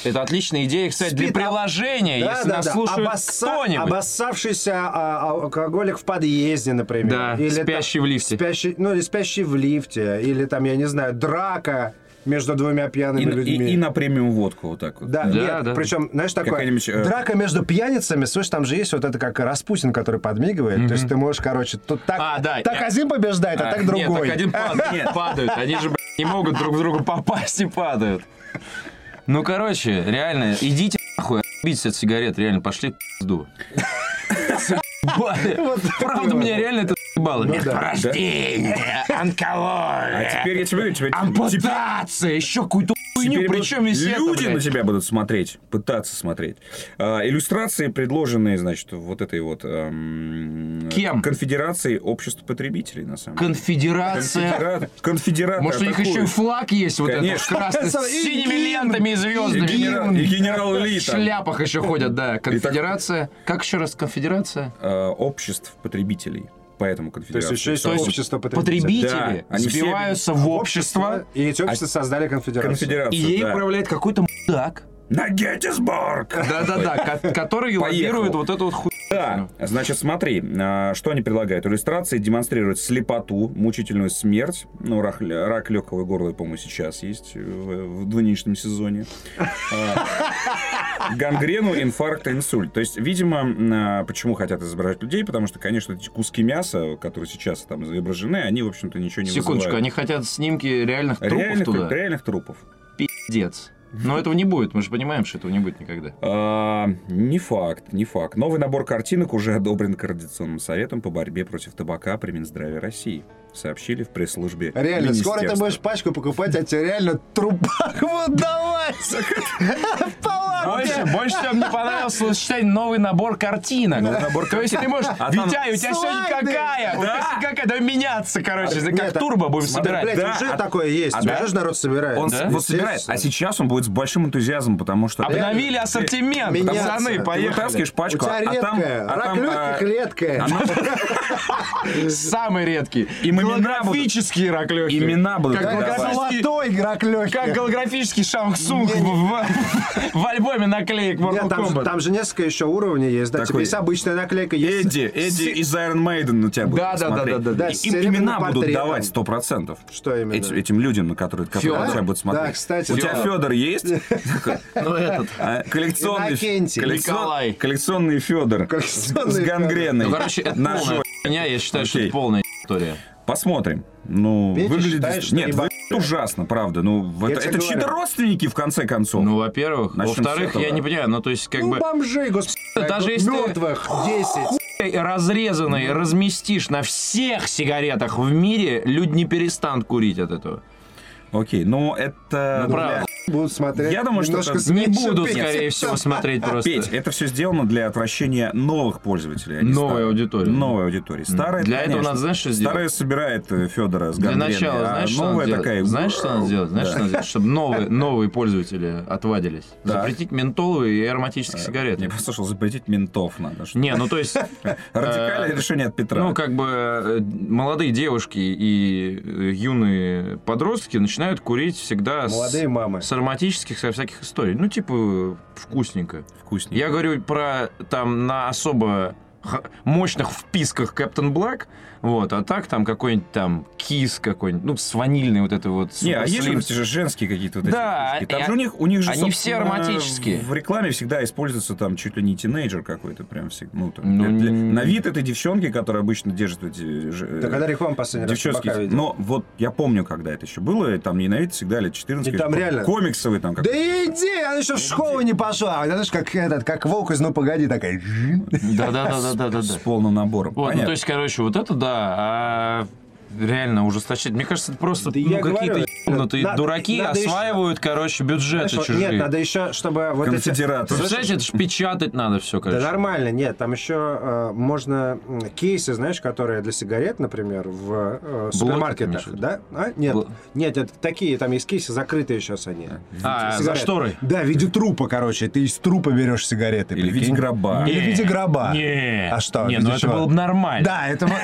Speaker 1: Это отличная идея, кстати, для
Speaker 2: Спит, а-
Speaker 1: приложения, если нас слушают
Speaker 2: Обосса-
Speaker 1: кто-нибудь.
Speaker 2: Обоссавшийся а, а, алкоголик в подъезде, например.
Speaker 1: Да,
Speaker 2: там-
Speaker 1: спящий в лифте.
Speaker 2: Спящий, ну, или спящий в лифте. Или там, я не знаю, драка между двумя пьяными
Speaker 3: И, на-
Speaker 2: людьми.
Speaker 3: и- и на премиум водку вот так вот.
Speaker 2: Да,
Speaker 1: Да,
Speaker 2: нет,
Speaker 1: да.
Speaker 2: причем, знаешь, такое,
Speaker 3: Какая-нибудь, э,
Speaker 2: драка между пьяницами, слышишь, там же есть вот это как Распутин, который подмигивает, то есть ты можешь, короче, тут так,
Speaker 1: А, да.
Speaker 2: так один побеждает, а, так
Speaker 1: Нет,
Speaker 2: другой.
Speaker 1: так один падает,
Speaker 3: Нет.
Speaker 1: падают. Они же, блядь, не могут друг в другу попасть и падают. Ну, короче, реально, идите нахуй, отбитесь от сигарет, реально, пошли в пизду. Заебали.
Speaker 2: Вот так
Speaker 1: Правда,
Speaker 2: вот.
Speaker 1: меня реально это заебало. Нет,
Speaker 2: да.
Speaker 1: рождение,
Speaker 3: Ну А
Speaker 1: онкология,
Speaker 3: теперь я тебе говорю, тебе- теперь-
Speaker 1: ампутация, еще какую-то хуйню,
Speaker 3: Теперь вот
Speaker 1: причем весь это,
Speaker 3: люди
Speaker 1: блядь.
Speaker 3: на тебя будут смотреть, пытаться смотреть. А, иллюстрации, предложенные, значит, вот этой вот... эм,
Speaker 1: Кем?
Speaker 3: Конфедерацией обществ потребителей, на самом деле.
Speaker 1: Конфедерация.
Speaker 3: Конфедерат, конфедераты
Speaker 1: Может, у них еще и
Speaker 3: атакуют.
Speaker 1: флаг есть вот этот,
Speaker 3: Конечно.
Speaker 1: красный, с
Speaker 2: И
Speaker 1: синими
Speaker 2: гимн,
Speaker 1: лентами и звездами.
Speaker 3: И генерал, и генерал Ли
Speaker 1: В
Speaker 3: там.
Speaker 1: шляпах еще ходят, да. Конфедерация. Как еще раз конфедерация?
Speaker 3: Э, обществ потребителей. Поэтому
Speaker 2: То есть
Speaker 3: конфедерация.
Speaker 2: еще есть
Speaker 1: То есть
Speaker 2: общество потребителей.
Speaker 1: Потребители
Speaker 3: Да, они все-
Speaker 1: сбиваются
Speaker 2: А
Speaker 1: в общество,
Speaker 2: И эти
Speaker 3: А
Speaker 2: общества создали конфедерацию.
Speaker 1: и
Speaker 3: Конфедерация,
Speaker 1: ей
Speaker 3: да.
Speaker 1: управляет какой-то мудак.
Speaker 3: На Геттисбург!
Speaker 1: Да-да-да, ко- который лоббирует вот эту вот хуйню.
Speaker 3: Да, значит, смотри, а, что они предлагают. Иллюстрации демонстрируют слепоту, мучительную смерть. Ну, рак, рак легкого горла, я помню, сейчас есть в, в нынешнем сезоне. А, Гангрену, инфаркт, инсульт. То есть, видимо, а, почему хотят изображать людей, потому что, конечно, эти куски мяса, которые сейчас там изображены, они, в общем-то, ничего не
Speaker 1: Секундочку,
Speaker 3: вызывают.
Speaker 1: они хотят снимки реальных трупов
Speaker 3: Реальных тру-
Speaker 1: туда.
Speaker 3: реальных трупов.
Speaker 1: Пиздец. Но этого не будет, мы же понимаем, что этого не будет никогда.
Speaker 3: А, не факт, не факт. Новый набор картинок уже одобрен Координационным советом по борьбе против табака при Минздраве России. Сообщили в пресс-службе
Speaker 4: Реально, скоро ты
Speaker 3: министерства.
Speaker 4: будешь пачку покупать, а тебе реально трубак вот давать. В
Speaker 1: Больше,
Speaker 4: палатке.
Speaker 1: больше всего мне понравилось словосочетание «новый набор картинок». То есть ты можешь... Витя, у тебя сегодня
Speaker 4: Слайды!
Speaker 1: какая? У тебя сегодня какая? Давай меняться, короче. Как
Speaker 2: Нет, а-
Speaker 1: турбо будем
Speaker 2: Да, блядь,
Speaker 1: собирать.
Speaker 3: Да,
Speaker 2: уже
Speaker 3: а-
Speaker 2: такое есть,
Speaker 3: а
Speaker 2: уже
Speaker 3: да?
Speaker 2: же народ собирает.
Speaker 3: Он с-
Speaker 1: Да?
Speaker 3: вот собирает, а сейчас он будет с большим энтузиазмом, потому что...
Speaker 1: Обновили
Speaker 3: Э,
Speaker 1: ассортимент,
Speaker 4: Меняться.
Speaker 1: пацаны,
Speaker 3: Ты
Speaker 1: поехали.
Speaker 3: вытаскиваешь пачку,
Speaker 4: У тебя
Speaker 3: а там...
Speaker 4: редкая.
Speaker 3: а
Speaker 4: Рак
Speaker 3: там, а,
Speaker 4: легких редкая.
Speaker 1: Самый редкий.
Speaker 3: имена будут-
Speaker 1: Голографические раклёхи.
Speaker 3: Имена будут
Speaker 1: Как
Speaker 3: давать.
Speaker 1: голографический-
Speaker 4: Золотой рак
Speaker 1: Как
Speaker 4: легких.
Speaker 1: голографический Шансунг в, в- в альбоме наклеек Mortal
Speaker 2: Нет, там, же-
Speaker 1: Kombat.
Speaker 2: там же несколько еще уровней есть. Да, тебе
Speaker 3: Такой-
Speaker 2: есть обычная наклейка, есть
Speaker 3: Эдди, Эдди из Iron Maiden на тебя будут
Speaker 1: Да, да, да,
Speaker 3: смотреть.
Speaker 1: да, да, да.
Speaker 3: И-
Speaker 2: Да, с
Speaker 3: Им
Speaker 2: серебряным
Speaker 3: имена будут
Speaker 2: портретом.
Speaker 3: давать 100%.
Speaker 2: Что именно?
Speaker 3: Эти- этим людям, на которые, которые
Speaker 1: Фёдор?
Speaker 3: на тебя будут смотреть.
Speaker 2: Да, кстати,
Speaker 3: У тебя
Speaker 1: Фёдор.
Speaker 3: Федор есть?
Speaker 1: Ну, этот.
Speaker 3: А, Коллекционный
Speaker 2: Иннокентий.
Speaker 3: коллекцион-
Speaker 1: Николай.
Speaker 3: Коллекционный Федор с
Speaker 4: Коллекционный
Speaker 3: с
Speaker 4: Фёдор.
Speaker 3: гангреной.
Speaker 1: Ну, короче, это
Speaker 3: На
Speaker 1: полная
Speaker 3: жопе.
Speaker 1: хуйня, я считаю, что
Speaker 3: Окей.
Speaker 1: это полная история.
Speaker 3: Посмотрим. Ну,
Speaker 2: Петя
Speaker 3: выглядит...
Speaker 2: считает,
Speaker 3: дес-
Speaker 2: что
Speaker 3: Нет,
Speaker 2: не
Speaker 3: выглядит ужасно, правда. Ну, в
Speaker 2: Я
Speaker 3: это,
Speaker 2: тебе
Speaker 3: это чьи-то
Speaker 2: говорю.
Speaker 3: родственники, в конце концов.
Speaker 1: Ну, во-первых.
Speaker 3: Начнем с
Speaker 1: Во-вторых,
Speaker 3: этого.
Speaker 1: я не понимаю, ну, то есть, как
Speaker 4: Ну,
Speaker 1: бы...
Speaker 4: бомжи, господи.
Speaker 1: Даже если-
Speaker 4: Мертвых 10.
Speaker 1: разрезанный
Speaker 3: Ну.
Speaker 1: разместишь на всех сигаретах в мире, люди не перестанут курить от этого.
Speaker 3: Окей, ну это...
Speaker 1: Ну, правда.
Speaker 4: Будут смотреть.
Speaker 3: Я думаю, что
Speaker 4: немножко
Speaker 3: это-
Speaker 1: Не
Speaker 4: смельче
Speaker 1: буду,
Speaker 4: петь.
Speaker 1: скорее всего, смотреть просто.
Speaker 3: Петь, это все сделано для отвращения новых пользователей. а не
Speaker 1: Новой
Speaker 3: старых.
Speaker 1: аудитории.
Speaker 3: Новой аудитории. Старая,
Speaker 1: Для этого
Speaker 3: конечно,
Speaker 1: надо, знаешь, что
Speaker 3: Старая
Speaker 1: сделать?
Speaker 3: собирает Федора с
Speaker 1: Для
Speaker 3: гангреной,
Speaker 1: начала,
Speaker 3: а
Speaker 1: знаешь, что
Speaker 3: новая
Speaker 1: надо делать?
Speaker 3: такая...
Speaker 1: Знаешь, что надо делать? Знаешь, что надо делать? Чтобы новые, новые пользователи отвадились.
Speaker 3: Да. А,
Speaker 1: Запретить ментоловые и ароматические
Speaker 3: Я
Speaker 1: сигареты.
Speaker 3: послушал, запретить ментов надо. что-
Speaker 1: Не, ну то есть,
Speaker 3: Радикальное
Speaker 1: Э,
Speaker 3: решение от Петра.
Speaker 1: ну как бы э, молодые девушки и э, юные подростки начинают курить всегда
Speaker 2: Молодые
Speaker 1: с,
Speaker 2: мамы.
Speaker 1: с ароматических со всяких историй. Ну типа вкусненько.
Speaker 3: вкуснее.
Speaker 1: Я говорю про там на особо х- мощных вписках Captain Black, вот, а так там какой-нибудь там кис какой-нибудь, ну, с ванильной вот этой вот
Speaker 3: Не, а
Speaker 1: Super
Speaker 3: есть же
Speaker 1: Slims.
Speaker 3: эти же женские какие-то вот эти
Speaker 1: Да,
Speaker 3: фишки. Там
Speaker 1: и
Speaker 3: же у
Speaker 1: а-
Speaker 3: них, у них же,
Speaker 1: они все
Speaker 3: собственно,
Speaker 1: ароматические.
Speaker 3: В рекламе всегда используется там чуть ли не тинейджер какой-то прям всегда. Ну, там,
Speaker 1: Ну,
Speaker 3: для- для-
Speaker 1: не-
Speaker 3: на вид этой девчонки, которая обычно держит эти же-
Speaker 2: Да когда реклама последний раз
Speaker 3: девчонские-
Speaker 2: пока видел?
Speaker 3: Но вот я помню, когда это еще было, и там не на вид всегда лет 14.
Speaker 2: И там
Speaker 3: ком-
Speaker 2: реально-
Speaker 3: Комиксовый там
Speaker 4: Да
Speaker 3: какой-то.
Speaker 4: иди, она еще в школу не пошла. Она знаешь, как этот, как волк из «Ну погоди» такая.
Speaker 1: Да-да-да-да-да-да.
Speaker 3: С полным набором.
Speaker 1: Вот, ну,
Speaker 3: Понятно.
Speaker 1: то есть, короче, вот это да, а реально ужесточать. Мне кажется, это просто
Speaker 2: Да
Speaker 1: ну,
Speaker 2: я
Speaker 1: какие-то
Speaker 2: говорю,
Speaker 1: ебнутые
Speaker 2: надо-
Speaker 1: дураки
Speaker 2: надо ещё-
Speaker 1: осваивают, короче, бюджеты
Speaker 2: Знаешь, вот-
Speaker 1: чужие.
Speaker 2: Нет, надо еще, чтобы вот эти...
Speaker 3: Конфедераты.
Speaker 1: Представляете, это ж печатать надо все,
Speaker 2: Да
Speaker 1: короче.
Speaker 2: нормально, нет, там еще э, можно м, кейсы, знаешь, которые для сигарет, например, в э,
Speaker 1: имеешь в
Speaker 2: супермаркетах,
Speaker 1: виду?
Speaker 2: да? А? Нет,
Speaker 1: Бл-
Speaker 2: нет, это такие, там есть кейсы закрытые сейчас они.
Speaker 1: А, за
Speaker 2: Сигарет.
Speaker 1: шторы.
Speaker 4: Да, в виде трупа, короче. Ты из трупа берешь сигареты.
Speaker 3: Или в виде
Speaker 4: прикинь.
Speaker 3: гроба.
Speaker 4: Или в виде гроба.
Speaker 1: Не.
Speaker 4: А что, в
Speaker 1: Не,
Speaker 4: виде
Speaker 1: ну это
Speaker 4: чего?
Speaker 1: было бы нормально.
Speaker 4: Да, это... мо-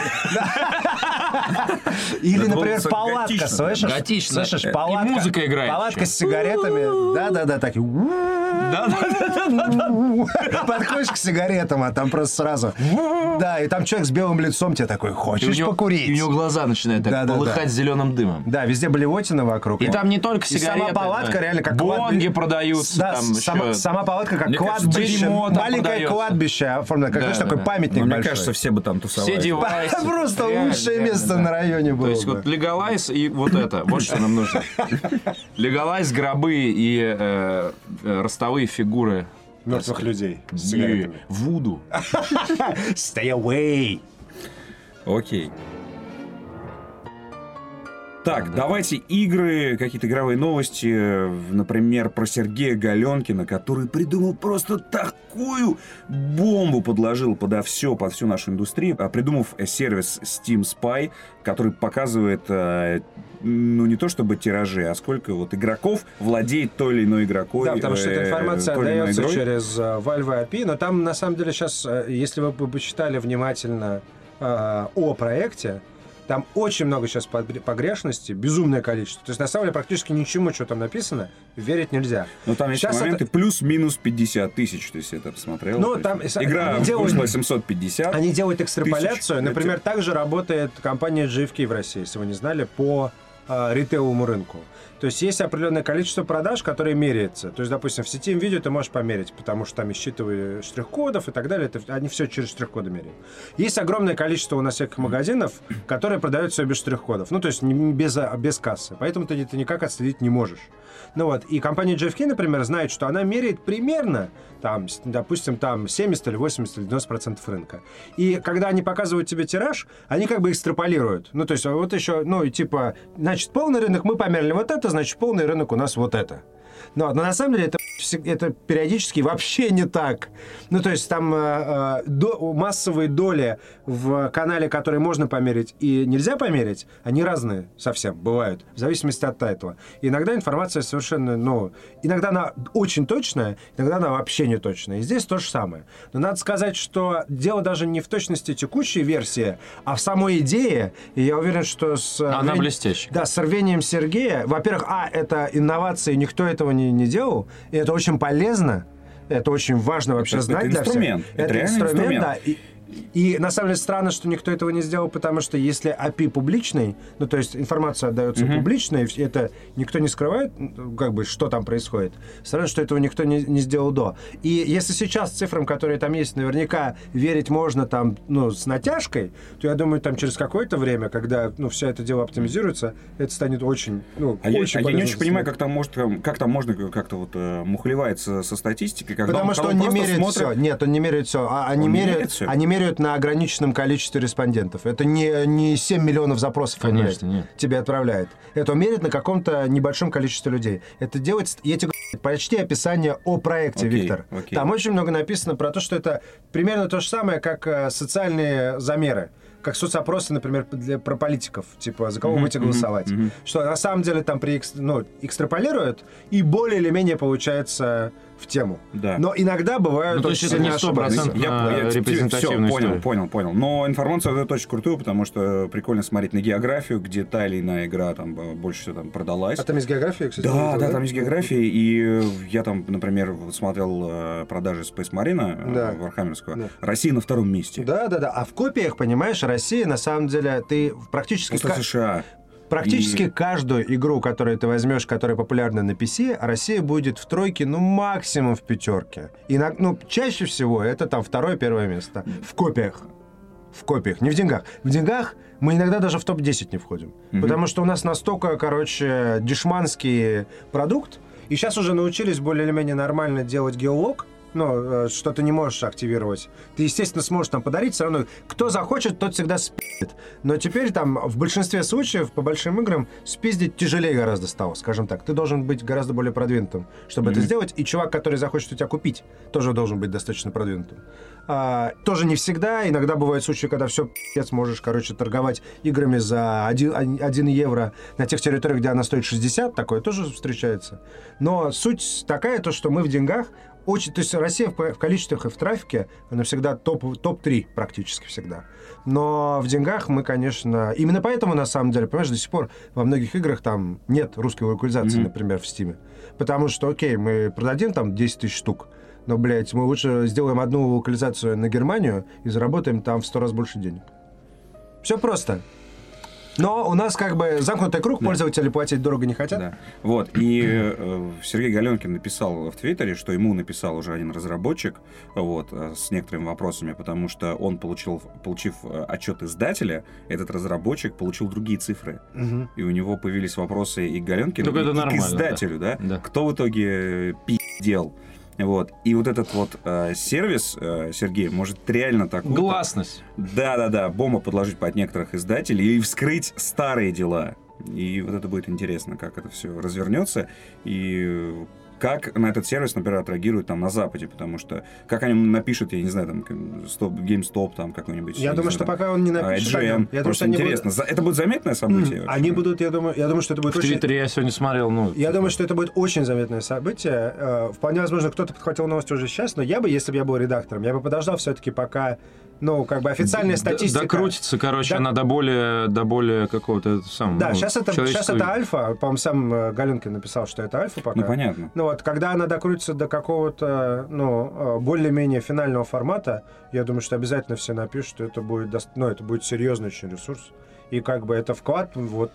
Speaker 4: Или,
Speaker 3: Это было
Speaker 4: например,
Speaker 3: ц-
Speaker 4: палатка,
Speaker 3: готично,
Speaker 4: слышишь?
Speaker 1: готично.
Speaker 4: Слышишь,
Speaker 1: И
Speaker 4: палатка.
Speaker 1: музыка играет
Speaker 4: Палатка
Speaker 1: ещё.
Speaker 4: с сигаретами. Да-да-да, так. и
Speaker 1: Да, да, да, да.
Speaker 4: Подходишь к сигаретам, а там просто сразу... Да, и там человек с белым лицом тебе такой,
Speaker 1: И у
Speaker 4: хочешь
Speaker 1: него- и У
Speaker 4: покурить?
Speaker 1: него глаза начинают так
Speaker 4: Да-да-да.
Speaker 1: полыхать зеленым дымом.
Speaker 4: Да, везде блевотина вокруг.
Speaker 1: И там не только
Speaker 4: И сама
Speaker 1: сигареты.
Speaker 4: палатка
Speaker 1: да.
Speaker 4: реально как
Speaker 1: Бонги
Speaker 4: кладбище.
Speaker 1: продаются.
Speaker 4: Да,
Speaker 1: там
Speaker 4: сама,
Speaker 1: ещё.
Speaker 4: сама палатка как
Speaker 3: Мне кажется,
Speaker 4: кладбище.
Speaker 1: дерьмо там
Speaker 4: маленькое
Speaker 1: продается.
Speaker 4: кладбище оформлено, как
Speaker 1: Да,
Speaker 4: знаешь,
Speaker 1: да,
Speaker 4: такой
Speaker 1: да.
Speaker 4: памятник
Speaker 3: Ну, Мне
Speaker 4: большой.
Speaker 3: кажется, все бы там тусовались.
Speaker 1: Все девайсы.
Speaker 4: Просто
Speaker 1: Реально,
Speaker 4: лучшее
Speaker 1: реально,
Speaker 4: место
Speaker 1: да.
Speaker 4: на районе было.
Speaker 1: То есть
Speaker 4: бы.
Speaker 1: вот легалайз и вот это, вот что нам нужно. Легалайз, гробы и э, э, ростовые фигуры.
Speaker 2: Мертвых людей с
Speaker 1: И
Speaker 2: сигаретами.
Speaker 1: Вуду.
Speaker 2: А, Stay away!
Speaker 3: Окей. Так, давайте игры, какие-то игровые новости. э, В- Например, про Сергея Галенкина, который придумал просто такую бомбу, подложил подо все, под всю нашу индустрию, а, придумав э, сервис Steam Spy, который показывает, э, ну, не то чтобы тиражи, а сколько вот игроков владеет той или иной игрокой.
Speaker 2: Да, потому что эта
Speaker 3: э,
Speaker 2: информация
Speaker 3: той или иной
Speaker 2: отдается
Speaker 3: игрой.
Speaker 2: через э, Valve API, но там на самом деле сейчас, если вы бы почитали внимательно э, о проекте, там очень много сейчас погрешностей, безумное количество. То есть на самом деле практически ничему, что там написано, верить нельзя.
Speaker 3: Ну, там есть
Speaker 2: Сейчас это-
Speaker 3: моменты плюс-минус 50 тысяч, то есть я это посмотрел.
Speaker 2: Ну,
Speaker 3: то есть
Speaker 2: там, э,
Speaker 3: игра
Speaker 2: они делают-
Speaker 3: вышла 750.
Speaker 2: Они делают экстраполяцию.
Speaker 3: Тысяч.
Speaker 2: Например, также работает компания GFK в России, если вы не знали, по э, ритейловому рынку. То есть есть определенное количество продаж, которые меряется. То есть, допустим, в сети видео ты можешь померить, потому что там исчитывая штрих-кодов и так далее, это, они все через штрих-коды меряют. Есть огромное количество у нас всяких магазинов, которые продают все без штрих-кодов. Ну, то есть не- не без, а, без кассы. Поэтому ты, ты никак отследить не можешь. Ну вот, и компания GFK, например, знает, что она меряет примерно, там, с- допустим, там 70 или 80 или 90 процентов рынка. И когда они показывают тебе тираж, они как бы экстраполируют. Ну, то есть а вот еще, ну, и типа, значит, полный рынок мы померили вот это, значит, полный рынок у нас вот это. Ну, но на самом деле это, всег- это периодически вообще не так. Ну, то есть там э, э, до- массовые доли в канале, которые можно померить и нельзя померить, они разные совсем бывают, в зависимости от тайтла. Иногда информация совершенно, ну, иногда она очень точная, иногда она вообще не точная. И здесь то же самое. Но надо сказать, что дело даже не в точности текущей версии, а в самой идее. И я уверен, что с... э,
Speaker 1: Она
Speaker 2: Вен-
Speaker 1: блестящая.
Speaker 2: да, с рвением Сергея. Во-первых, а, это инновации, никто этого не, не делал. И это очень полезно. Это очень важно вообще
Speaker 3: Это-
Speaker 2: знать
Speaker 3: это
Speaker 2: для всех.
Speaker 3: инструмент, это реально инструмент.
Speaker 2: да. И, и на самом деле странно, что никто этого не сделал, потому что если API публичный, ну то есть информация отдается публично, и вс- это никто не скрывает, ну, как бы что там происходит. Странно, что этого никто не, не сделал до. И если сейчас цифрам, которые там есть, наверняка верить можно там, ну, с натяжкой, то я думаю, там через какое-то время, когда, ну, все это дело оптимизируется, это станет очень, ну,
Speaker 3: А я,
Speaker 2: очень
Speaker 3: а я не
Speaker 2: полезно
Speaker 3: очень
Speaker 2: для страны.
Speaker 3: понимаю, как там, может, там- как там можно как-то вот э, мухлевать со, со статистикой, когда
Speaker 2: Потому
Speaker 3: он-
Speaker 2: что
Speaker 3: когда
Speaker 2: он не
Speaker 3: просто
Speaker 2: меряет
Speaker 3: смотрит-
Speaker 2: все. Нет, он не меряет все. они,
Speaker 3: Он не
Speaker 2: меряют,
Speaker 3: меряет всё?
Speaker 2: они меряют на ограниченном количестве респондентов. Это не, не 7 миллионов запросов он
Speaker 1: Конечно,
Speaker 2: меряет,
Speaker 1: нет.
Speaker 2: тебе отправляет. Это он меряет на каком-то небольшом количестве людей. Это делается... Я тебе говорю, прочти описание о проекте,
Speaker 3: Окей,
Speaker 2: Виктор.
Speaker 3: окей.
Speaker 2: Там очень много написано про то, что это примерно то же самое, как э, социальные замеры. Как соцопросы, например, для, про политиков. Типа, за кого
Speaker 3: Мгм,
Speaker 2: будете
Speaker 3: мгм,
Speaker 2: голосовать.
Speaker 3: мгм.
Speaker 2: Что на самом деле там при, экс- ну, экстраполируют, и более или менее получается в тему.
Speaker 3: Да.
Speaker 2: Но иногда бывают
Speaker 1: Ну, то есть
Speaker 2: очень
Speaker 1: это не
Speaker 2: сильно ошибаются.
Speaker 1: 100%.
Speaker 3: Я,
Speaker 1: на репрезентативную
Speaker 3: все, понял,
Speaker 1: историю.
Speaker 3: понял, понял. Но информация вот эта очень крутую, потому что э, прикольно смотреть на географию, где та или иная игра там э, больше всего там продалась.
Speaker 2: А там есть география, кстати?
Speaker 3: Да,
Speaker 2: видел,
Speaker 3: да, там есть география, и э, я там, например, вот смотрел э, продажи Space Marine э,
Speaker 2: Да.
Speaker 3: Вархаммерского.
Speaker 2: Да.
Speaker 3: Россия на втором месте.
Speaker 2: Да, да, да. А в копиях, понимаешь, Россия, на самом деле, ты в практически,
Speaker 3: После
Speaker 2: ка-
Speaker 3: Ну, США.
Speaker 2: практически
Speaker 3: И-
Speaker 2: каждую игру, которую ты возьмешь, которая популярна на PC, Россия будет в тройке, ну, максимум в пятерке. И на- ну, чаще всего это там второе-первое место. В копиях. В копиях, не в деньгах. В деньгах мы иногда даже в топ-10 не входим.
Speaker 3: Мгм.
Speaker 2: Потому что у нас настолько, короче, дешманский продукт. И сейчас уже научились более или менее нормально делать геолог. ну, э, что ты не можешь активировать. Ты, естественно, сможешь там подарить, все равно кто захочет, тот всегда спиздит. Но теперь там в большинстве случаев по большим играм спиздить тяжелее гораздо стало, скажем так. Ты должен быть гораздо более продвинутым, чтобы это сделать, и чувак, который захочет у тебя купить, тоже должен быть достаточно продвинутым. А, тоже не всегда, иногда бывают случаи, когда все пи***ц можешь, короче, торговать играми за 1, евро на тех территориях, где она стоит 60, такое тоже встречается. Но суть такая, то, что мы в деньгах очень, то есть Россия в, п- в количествах и в трафике, она всегда топ, топ-3 практически всегда. Но в деньгах мы, конечно... Именно поэтому, на самом деле, понимаешь, до сих пор во многих играх там нет русской локализации, например, в Стиме. Потому что, окей, мы продадим там 10 тысяч штук, но, блядь, мы лучше сделаем одну локализацию на Германию и заработаем там в 100 раз больше денег. Все просто. Но у нас как бы замкнутый круг, пользователи платить дорого не хотят.
Speaker 3: Да. Вот, и э, Сергей Галенкин написал в Твиттере, что ему написал уже один разработчик, вот, э, с некоторыми вопросами, потому что он получил, получив э, отчет издателя, этот разработчик получил другие цифры.
Speaker 2: Мгм.
Speaker 3: И у него появились вопросы и к Галенкину,
Speaker 1: Ну, это
Speaker 3: и к
Speaker 1: нормально,
Speaker 3: издателю, да?
Speaker 1: Да.
Speaker 3: Кто в итоге э, пиздел? Вот. И вот этот вот э, сервис, э, Сергей, может реально так... а,
Speaker 1: Гласность.
Speaker 3: Да-да-да, бомба подложить под некоторых издателей и вскрыть старые дела. И вот это будет интересно, как это все развернется и как на этот сервис, например, отреагируют там на Западе, потому что как они напишут, я не знаю, там, к- стоп, GameStop там какой-нибудь.
Speaker 2: Я думаю,
Speaker 3: не
Speaker 2: что
Speaker 3: знаю,
Speaker 2: пока он не
Speaker 3: там,
Speaker 2: напишет о
Speaker 3: IGN.
Speaker 2: нем, я думаю,
Speaker 3: А, Просто
Speaker 2: что они будут-
Speaker 3: интересно, за- это будет заметное событие? вообще?
Speaker 2: Они будут, я думаю, я думаю, что это будет
Speaker 1: В
Speaker 2: очень...
Speaker 1: Твиттере я сегодня смотрел, ну...
Speaker 2: Я думаю, что это будет очень заметное событие. Э, Вполне возможно, кто-то подхватил новость уже сейчас, но я бы, если бы я был редактором, я бы подождал все-таки, пока, ну, как бы официальная
Speaker 1: Д-
Speaker 2: статистика...
Speaker 1: Докрутится, короче,
Speaker 2: Да.
Speaker 1: она до более, до более какого-то самого.
Speaker 2: Да,
Speaker 1: ну,
Speaker 2: сейчас это, сейчас
Speaker 1: человеческого-
Speaker 2: это альфа. По-моему, сам э, Галенкин написал, что это альфа пока.
Speaker 3: Ну, понятно.
Speaker 2: Ну вот, когда она докрутится до какого-то, ну, э, более-менее финального формата, я думаю, что обязательно все напишут, что это будет, дос- ну, это будет серьезный очень ресурс. И как бы это вклад, вот,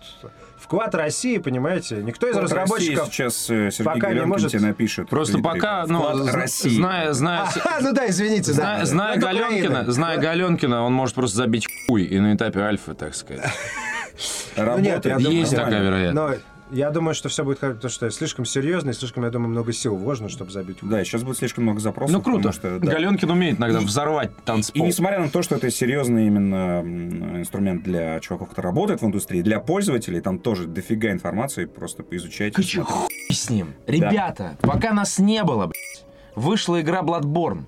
Speaker 2: вклад России, понимаете, никто Ну, из
Speaker 3: Вот
Speaker 2: разработчиков...
Speaker 3: Россия сейчас э, Сергей
Speaker 2: пока не
Speaker 3: Галенкин
Speaker 2: может-
Speaker 3: тебе напишет. в
Speaker 1: Просто
Speaker 3: Твиттере.
Speaker 1: пока, ну,
Speaker 3: Вклад
Speaker 1: зн-
Speaker 3: России.
Speaker 1: зная, зная,
Speaker 2: А, ну да, извините,
Speaker 1: зная,
Speaker 2: да.
Speaker 1: зная
Speaker 2: Ну, это
Speaker 1: Галенкина,
Speaker 2: Украина.
Speaker 1: зная Галенкина, он может просто забить хуй и на этапе альфа, так сказать.
Speaker 3: Работает.
Speaker 2: Ну, нет, я думаю,
Speaker 1: Есть
Speaker 2: нормально.
Speaker 1: такая вероятность.
Speaker 2: Но я думаю, что все будет как то, что слишком серьезно и слишком, я думаю, много сил вложено, чтобы забить. хуй.
Speaker 3: Да, сейчас будет слишком много запросов.
Speaker 1: Ну круто.
Speaker 3: потому что, да.
Speaker 1: Галенкин умеет иногда взорвать
Speaker 3: И
Speaker 1: танцпол.
Speaker 3: несмотря на то, что это серьезный именно м, инструмент для чуваков, кто работает в индустрии, для пользователей там тоже дофига информации, просто поизучайте.
Speaker 5: Короче, хуй с ним. Ребята, пока нас не было, блядь, вышла игра Bloodborne.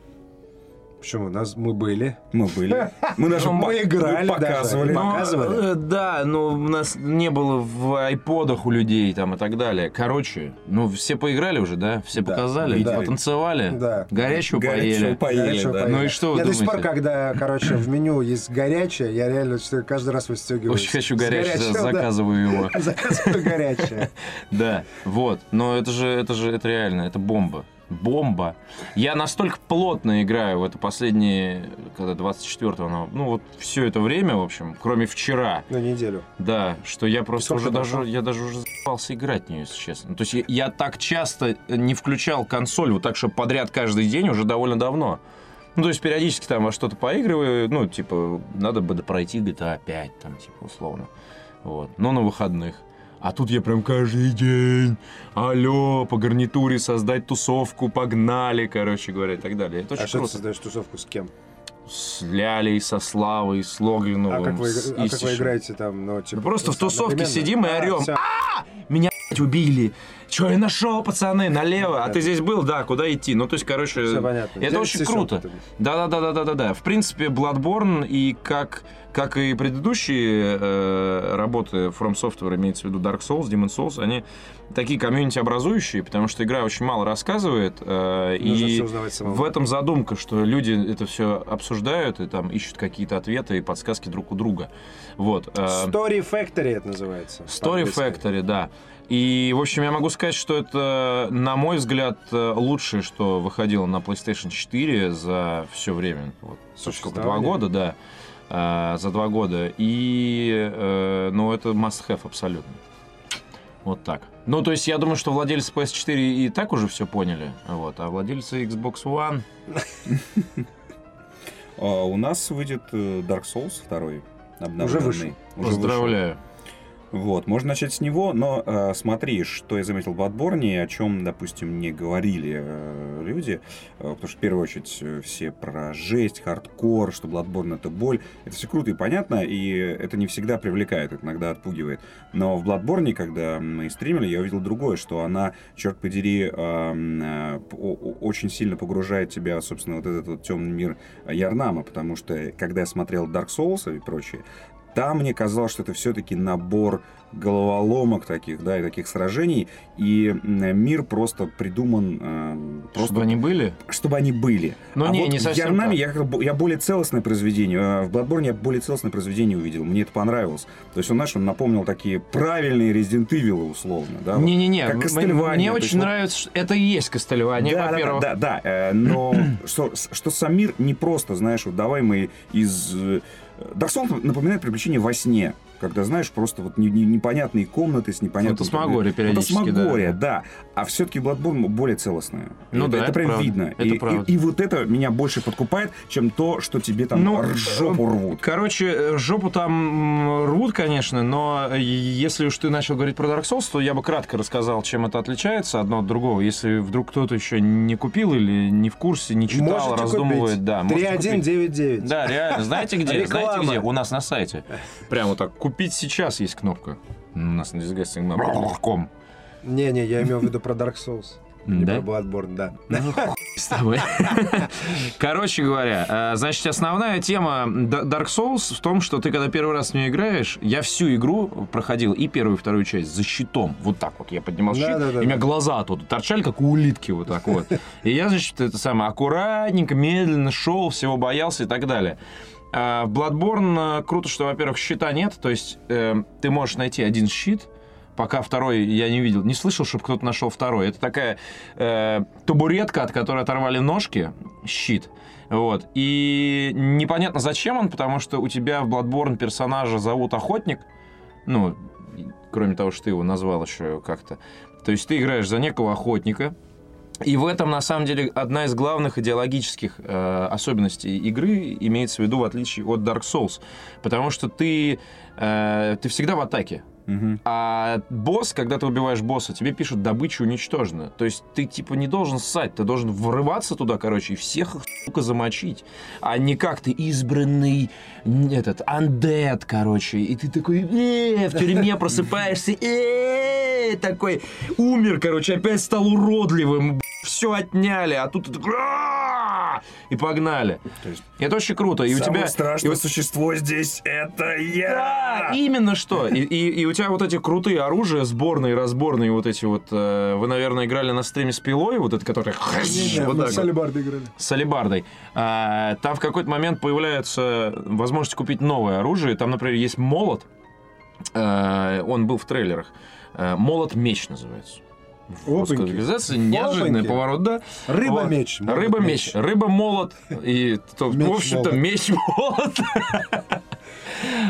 Speaker 2: Почему? Нас, мы были.
Speaker 3: Мы были. Мы даже
Speaker 2: Ну, мы
Speaker 3: по-
Speaker 2: играли
Speaker 3: мы
Speaker 2: даже.
Speaker 3: показывали.
Speaker 2: Ну,
Speaker 3: Ну,
Speaker 2: Показывали?
Speaker 1: э, да, но у нас не было в айподах у людей там и так далее. Короче, ну все поиграли уже, да? Все
Speaker 3: Да,
Speaker 1: показали,
Speaker 3: видели.
Speaker 1: потанцевали,
Speaker 2: Да.
Speaker 1: горячего
Speaker 3: горячего
Speaker 1: поели.
Speaker 3: поели,
Speaker 2: Горячего
Speaker 3: да.
Speaker 2: поели.
Speaker 1: Ну и что вы
Speaker 2: я до сих пор,
Speaker 1: думаете?
Speaker 2: когда, короче, в меню есть горячее, я реально что- каждый раз выстегиваюсь.
Speaker 1: Очень хочу
Speaker 2: С
Speaker 1: горячий,
Speaker 2: горячего, да.
Speaker 1: заказываю его.
Speaker 2: Заказываю горячее.
Speaker 1: Да, вот. Но это же, это же, это реально, это бомба. Бомба. Я настолько плотно играю в это последнее, когда 24-го, ну, ну вот все это время, в общем, кроме вчера,
Speaker 2: На Ну, неделю.
Speaker 1: да, что я просто
Speaker 2: сколько
Speaker 1: уже
Speaker 2: ты
Speaker 1: даже,
Speaker 2: прошел?
Speaker 1: я даже уже заебался играть в нее, если честно. То есть я, я так часто не включал консоль вот так, чтобы подряд каждый день уже довольно давно. Ну, то есть периодически там во что-то поигрываю, ну, типа, надо бы пройти GTA 5, там, типа, условно. Вот. Но на выходных. А тут я прям каждый день, алло, по гарнитуре создать тусовку, погнали, короче говоря, и так далее. Это очень
Speaker 2: А что ты
Speaker 1: круто.
Speaker 2: создаешь тусовку с кем?
Speaker 1: С Лялей, со Славой, с Логвиновым,
Speaker 2: А как вы
Speaker 1: с
Speaker 2: а как вы
Speaker 1: Истишем.
Speaker 2: играете там? ну,
Speaker 1: Да
Speaker 2: типа,
Speaker 1: Ну, просто в тусовке
Speaker 2: одновременно?
Speaker 1: сидим и
Speaker 2: А,
Speaker 1: орем.
Speaker 2: всё.
Speaker 1: Меня блядь, убили. Че я нашел, пацаны, налево. А ты здесь был, да, куда идти? Ну, то есть, короче,
Speaker 2: Всё понятно.
Speaker 1: это
Speaker 2: Делитесь
Speaker 1: очень круто.
Speaker 2: опытом.
Speaker 1: Да, да, да, да, да, да, да. В принципе, Bloodborne и как, как и предыдущие э, работы From Software, имеется в виду Dark Souls, Demon Souls, они такие комьюнити образующие, потому что игра очень мало рассказывает. э,
Speaker 2: Нужно
Speaker 1: и
Speaker 2: всё узнавать самому.
Speaker 1: в этом задумка, что люди это все обсуждают и там ищут какие-то ответы и подсказки друг у друга. Вот. э,
Speaker 2: Story Factory это называется.
Speaker 1: Story
Speaker 2: по-английски.
Speaker 1: Factory, да. И, в общем, я могу сказать, что это, на мой взгляд, э, лучшее, что выходило на PlayStation 4 за все время. Вот, сколько, два
Speaker 2: Существование.
Speaker 1: года, да. а, за два года. И, э, ну, это must-have абсолютно. Вот так. Ну, то есть, я думаю, что владельцы PS4 и так уже все поняли. Вот. А владельцы Xbox One...
Speaker 3: А У нас выйдет э, Dark Souls 2.
Speaker 2: Уже вышел.
Speaker 1: Поздравляю.
Speaker 3: Вот, можно начать с него, но э, смотри, что я заметил в Bloodborne, и о чем, допустим, не говорили э, люди, э, потому что в первую очередь э, все про жесть, хардкор, что Bloodborne это боль, это все круто и понятно, и это не всегда привлекает, это иногда отпугивает. Но в Bloodborne, когда мы стримили, я увидел другое, что она, черт подери, э, э, п- о- о- очень сильно погружает тебя, собственно, вот этот вот темный мир Ярнама, потому что когда я смотрел Dark Souls и прочее, там мне казалось, что это все-таки набор головоломок таких, да, и таких сражений, и м, мир просто придуман э, просто
Speaker 5: Чтобы они были?
Speaker 3: чтобы они были.
Speaker 5: Ну,
Speaker 3: а
Speaker 5: не,
Speaker 3: вот
Speaker 5: не
Speaker 3: в
Speaker 5: совсем
Speaker 3: Ярнаме
Speaker 5: так.
Speaker 3: я, как бы- я более целостное произведение. э, В Bloodborne я более целостное произведение увидел. Мне это понравилось. То есть он, знаешь, он напомнил такие правильные Resident Evil, условно. Да? вот.
Speaker 5: Не-не-не,
Speaker 3: Как
Speaker 5: м-
Speaker 3: Castlevania,
Speaker 5: мне
Speaker 3: то есть
Speaker 5: очень
Speaker 3: вот-
Speaker 5: нравится, что это и есть Костылевание,
Speaker 3: да, да,
Speaker 5: во-первых.
Speaker 3: Да, да, да, э, но что, что сам мир не просто, знаешь, вот давай мы из... э, Dark Souls напоминает приключения во сне, когда, знаешь, просто вот не- не- непонятные комнаты с
Speaker 1: Ну,
Speaker 3: непонятными...
Speaker 5: Фантасмагория периодически, да.
Speaker 3: Фантасмагория, да. А все-таки Bloodborne более целостная.
Speaker 5: Ну
Speaker 3: это,
Speaker 5: да,
Speaker 3: это
Speaker 5: это
Speaker 3: прям
Speaker 5: правда.
Speaker 3: видно.
Speaker 5: Это
Speaker 3: и, и-
Speaker 5: правда.
Speaker 3: И, вот это меня больше подкупает, чем то, что тебе там
Speaker 1: Ну,
Speaker 3: жопу рвут.
Speaker 1: Короче, э, жопу там м, рвут, конечно, но э, если уж ты начал говорить про Dark Souls, то я бы кратко рассказал, чем это отличается одно от другого. Если вдруг кто-то еще не купил или не в курсе, не читал,
Speaker 2: Можете
Speaker 1: раздумывает,
Speaker 2: купить.
Speaker 1: да. можете купить.
Speaker 2: 3199.
Speaker 1: Да, реально. Знаете где?
Speaker 2: Реклама.
Speaker 1: Знаете где? У нас на сайте. Прямо так. Купить сейчас есть кнопка. У нас на дисгасте ком.
Speaker 2: Не-не, я имел в виду про Dark Souls. Не
Speaker 1: Да?
Speaker 2: про Bloodborne, да.
Speaker 1: Ну, с тобой. Короче говоря, э, значит, основная тема Д- Dark Souls в том, что ты когда первый раз в нее играешь, я всю игру проходил, и первую, и вторую часть, за щитом. Вот так вот я поднимал щит, и
Speaker 2: Да-да-да.
Speaker 1: у меня глаза тут торчали, как у улитки вот так вот. И я, значит, это самое, аккуратненько, медленно шел, всего боялся и так далее. А В Bloodborne э, круто, что, во-первых, щита нет, то есть э, ты можешь найти один щит, пока второй я не видел, не слышал, чтобы кто-то нашел второй. Это такая э, табуретка, от которой оторвали ножки, щит. Вот. И непонятно, зачем он, потому что у тебя в Bloodborne персонажа зовут Охотник, ну, и- кроме того, что ты его назвал еще как-то. То есть ты играешь за некого охотника, и в этом, на самом деле, одна из главных идеологических э, особенностей игры имеется в виду, в отличие от Dark Souls. Потому что ты, э, ты всегда в атаке.
Speaker 3: Мгм.
Speaker 1: А босс, когда ты убиваешь босса, тебе пишут добыча уничтожена. То есть ты типа не должен ссать, ты должен врываться туда, короче, и всех их, сука, замочить. А не как ты избранный, н- этот, undead, короче. И ты такой, «Э, в тюрьме просыпаешься, «Э, такой, умер, короче, опять стал уродливым, все отняли, а тут ты такой, «А-а-а!» и погнали.
Speaker 3: То есть
Speaker 1: И Это очень круто. И у
Speaker 3: самое
Speaker 1: тебя...
Speaker 3: страшное
Speaker 1: и у-
Speaker 3: существо здесь это
Speaker 1: да,
Speaker 3: я!
Speaker 1: именно что. И, и- и у тебя вот эти крутые оружия, сборные, разборные, вот эти вот. э, вы, наверное, играли на стриме с пилой, вот это, которое... вот так вот.
Speaker 4: играли.
Speaker 1: С алебардой. А, там в какой-то момент появляется возможность купить новое оружие. Там, например, есть молот. Э, он был в трейлерах. Э, молот-меч называется.
Speaker 2: Опаньки.
Speaker 1: Русская неожиданный
Speaker 2: Опаньки.
Speaker 1: поворот, да? Вот.
Speaker 4: Рыба-меч. может,
Speaker 1: Рыба-меч, рыба-молот. И, то,
Speaker 4: Меч-молот.
Speaker 1: в общем-то, меч-молот.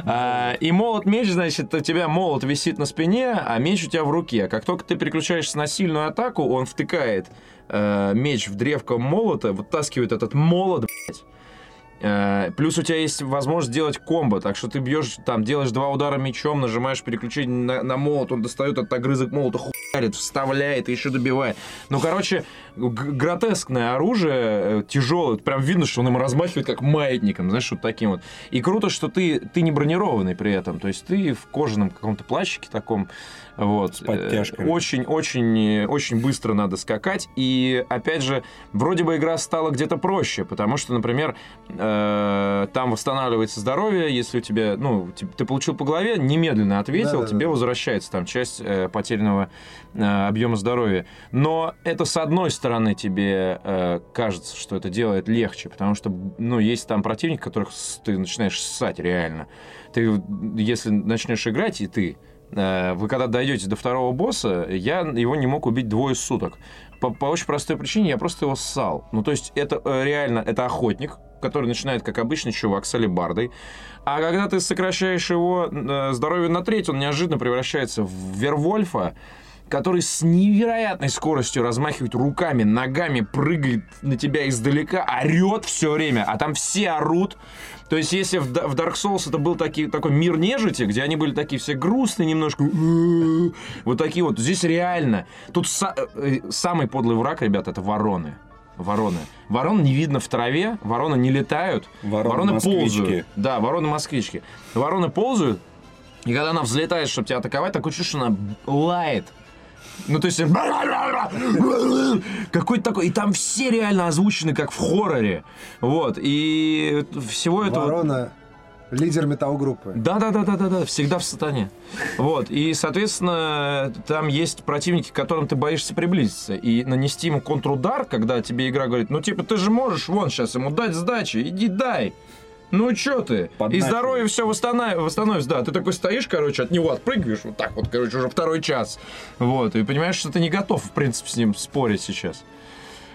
Speaker 1: А, И молот-меч, значит, у тебя молот висит на спине, а меч у тебя в руке. Как только ты переключаешься на сильную атаку, он втыкает э, меч в древко молота, вытаскивает этот молот, блядь. Э, Плюс у тебя есть возможность делать комбо, так что ты бьешь, там, делаешь два удара мечом, нажимаешь переключение на, на молот, он достает этот огрызок молота, хуярит, вставляет и еще добивает. Ну, короче, г- гротескное оружие, э, тяжелое, прям видно, что он им размахивает как маятником, знаешь, вот таким вот. И круто, что ты, ты не бронированный при этом, то есть ты в кожаном каком-то плащике таком, вот. С
Speaker 3: подтяжками.
Speaker 1: Очень-очень очень быстро надо скакать, и, опять же, вроде бы игра стала где-то проще, потому что, например, э, там восстанавливается здоровье, если у тебя, ну, ти- ты получил по голове, немедленно ответил,
Speaker 4: Да-да-да.
Speaker 1: тебе возвращается там часть э, потерянного э, объема здоровья. Но это, с одной стороны, тебе э, кажется, что это делает легче, потому что, ну, есть там противник, которых с- ты начинаешь ссать реально. Ты, если начнешь играть, и ты, э, вы когда дойдете до второго босса, я его не мог убить двое суток. По, по очень простой причине, я просто его ссал. Ну, то есть, это э, реально, это охотник, который начинает, как обычный чувак, с алебардой. А когда ты сокращаешь его э, здоровье на треть, он неожиданно превращается в Вервольфа, который с невероятной скоростью размахивает руками, ногами, прыгает на тебя издалека, орет все время, а там все орут. То есть, если в, Да- в Dark Souls это был таки- такой мир нежити, где они были такие все грустные немножко, вот такие вот, здесь реально. Тут са- э, самый подлый враг, ребята, это вороны. Вороны. Ворон не видно в траве, вороны не летают,
Speaker 3: Вороны
Speaker 1: вороны
Speaker 3: москвички.
Speaker 1: ползают. Да, вороны-москвички. Вороны ползают, и когда она взлетает, чтобы тебя атаковать, такое чувство, что она лает. Ну, то есть... Какой-то такой... И там все реально озвучены, как в хорроре. Вот. И всего этого...
Speaker 2: Ворона, лидер металл-группы.
Speaker 1: Да, да, да, да, да, да, всегда в сатане. Вот. И, соответственно, там есть противники, к которым ты боишься приблизиться. И нанести ему контрудар, когда тебе игра говорит: ну, типа, ты же можешь вон сейчас ему дать сдачи, иди дай. Ну чё ты?
Speaker 3: Подначивай.
Speaker 1: И здоровье все восстановится, да. Ты такой стоишь, короче, от него отпрыгиваешь, вот так вот, короче, уже второй час. Вот, и понимаешь, что ты не готов, в принципе, с ним спорить сейчас.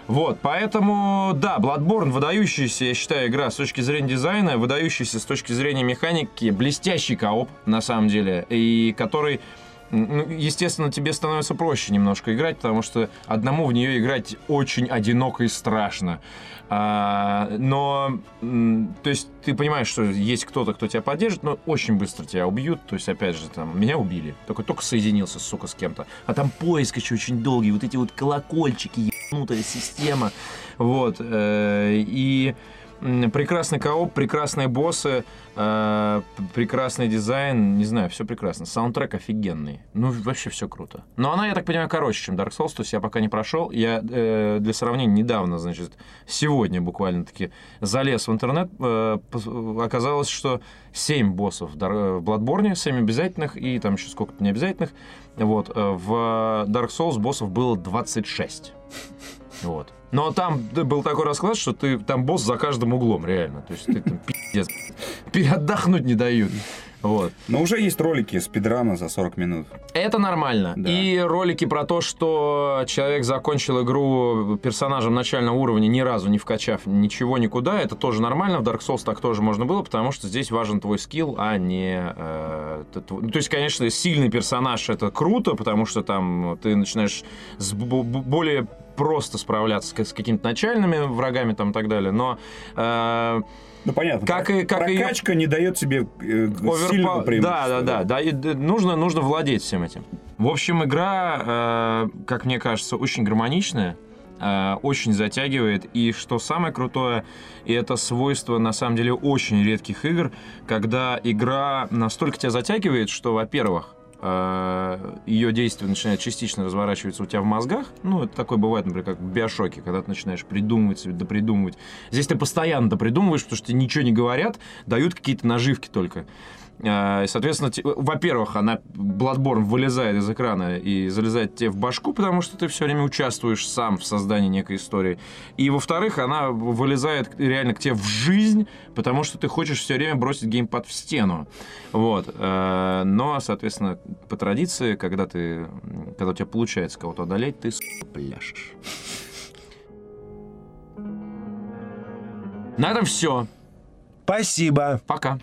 Speaker 1: Вот, поэтому, да, Bloodborne выдающаяся, я считаю, игра с точки зрения дизайна, выдающаяся с точки зрения механики, блестящий кооп, на самом деле, и который, ну, естественно, тебе становится проще немножко играть, потому что одному в нее играть очень одиноко и страшно. А, но, м, то есть, ты понимаешь, что есть кто-то, кто тебя поддержит, но очень быстро тебя убьют, то есть, опять же, там, меня убили, только только соединился, сука, с кем-то, а там поиск еще очень долгий, вот эти вот колокольчики, ебанутая система. Вот. э, И м, прекрасный кооп, прекрасные боссы, э, п- прекрасный дизайн, не знаю, все прекрасно. Саундтрек офигенный. Ну, вообще все круто. Но она, я так понимаю, короче, чем Dark Souls, то есть я пока не прошел. Я э, для сравнения недавно, значит, сегодня буквально-таки залез в интернет. э, пос- оказалось, что 7 боссов в Дар- в Bloodborne, 7 обязательных и там еще сколько-то необязательных. Вот. э, В Dark Souls боссов было 26. Вот. Но там д- был такой расклад, что ты там босс за каждым углом, реально. То есть ты там пиздец. блядь, Отдохнуть не дают. Вот.
Speaker 3: Но уже есть ролики спидрана за 40 минут.
Speaker 1: Это нормально.
Speaker 3: Да.
Speaker 1: И ролики про то, что человек закончил игру персонажем начального уровня, ни разу не вкачав ничего никуда, это тоже нормально. В Dark Souls так тоже можно было, потому что здесь важен твой скилл, а не... э, т- тв- ну, то есть, конечно, сильный персонаж — это круто, потому что там ты начинаешь с бо- бо- более просто справляться к- с какими-то начальными врагами там и так далее, но э,
Speaker 3: Ну, понятно.
Speaker 1: Как и- как и-
Speaker 3: Прокачка не дает тебе э,
Speaker 1: Оверпа-
Speaker 3: сильного преимущества.
Speaker 1: Да, да, да. да, и д- нужно, нужно владеть всем этим. В общем, игра, э, как мне кажется, очень гармоничная, э, очень затягивает. И что самое крутое, и это свойство, на самом деле, очень редких игр, когда игра настолько тебя затягивает, что, во-первых, ее действие начинает частично разворачиваться у тебя в мозгах. Ну, это такое бывает, например, как в биошоке, когда ты начинаешь придумывать себе, допридумывать. Здесь ты постоянно допридумываешь, потому что тебе ничего не говорят, дают какие-то наживки только. А, и, Соответственно, те- во-первых, она Bloodborne вылезает из экрана и залезает тебе в башку, потому что ты все время участвуешь сам в создании некой истории. И во-вторых, она вылезает реально к тебе в жизнь, потому что ты хочешь все время бросить геймпад в стену. Вот. Э, Но, соответственно, по традиции, когда ты, м, когда у тебя получается кого-то одолеть, ты сука, пляшешь. На этом все.
Speaker 2: Спасибо.
Speaker 1: Пока.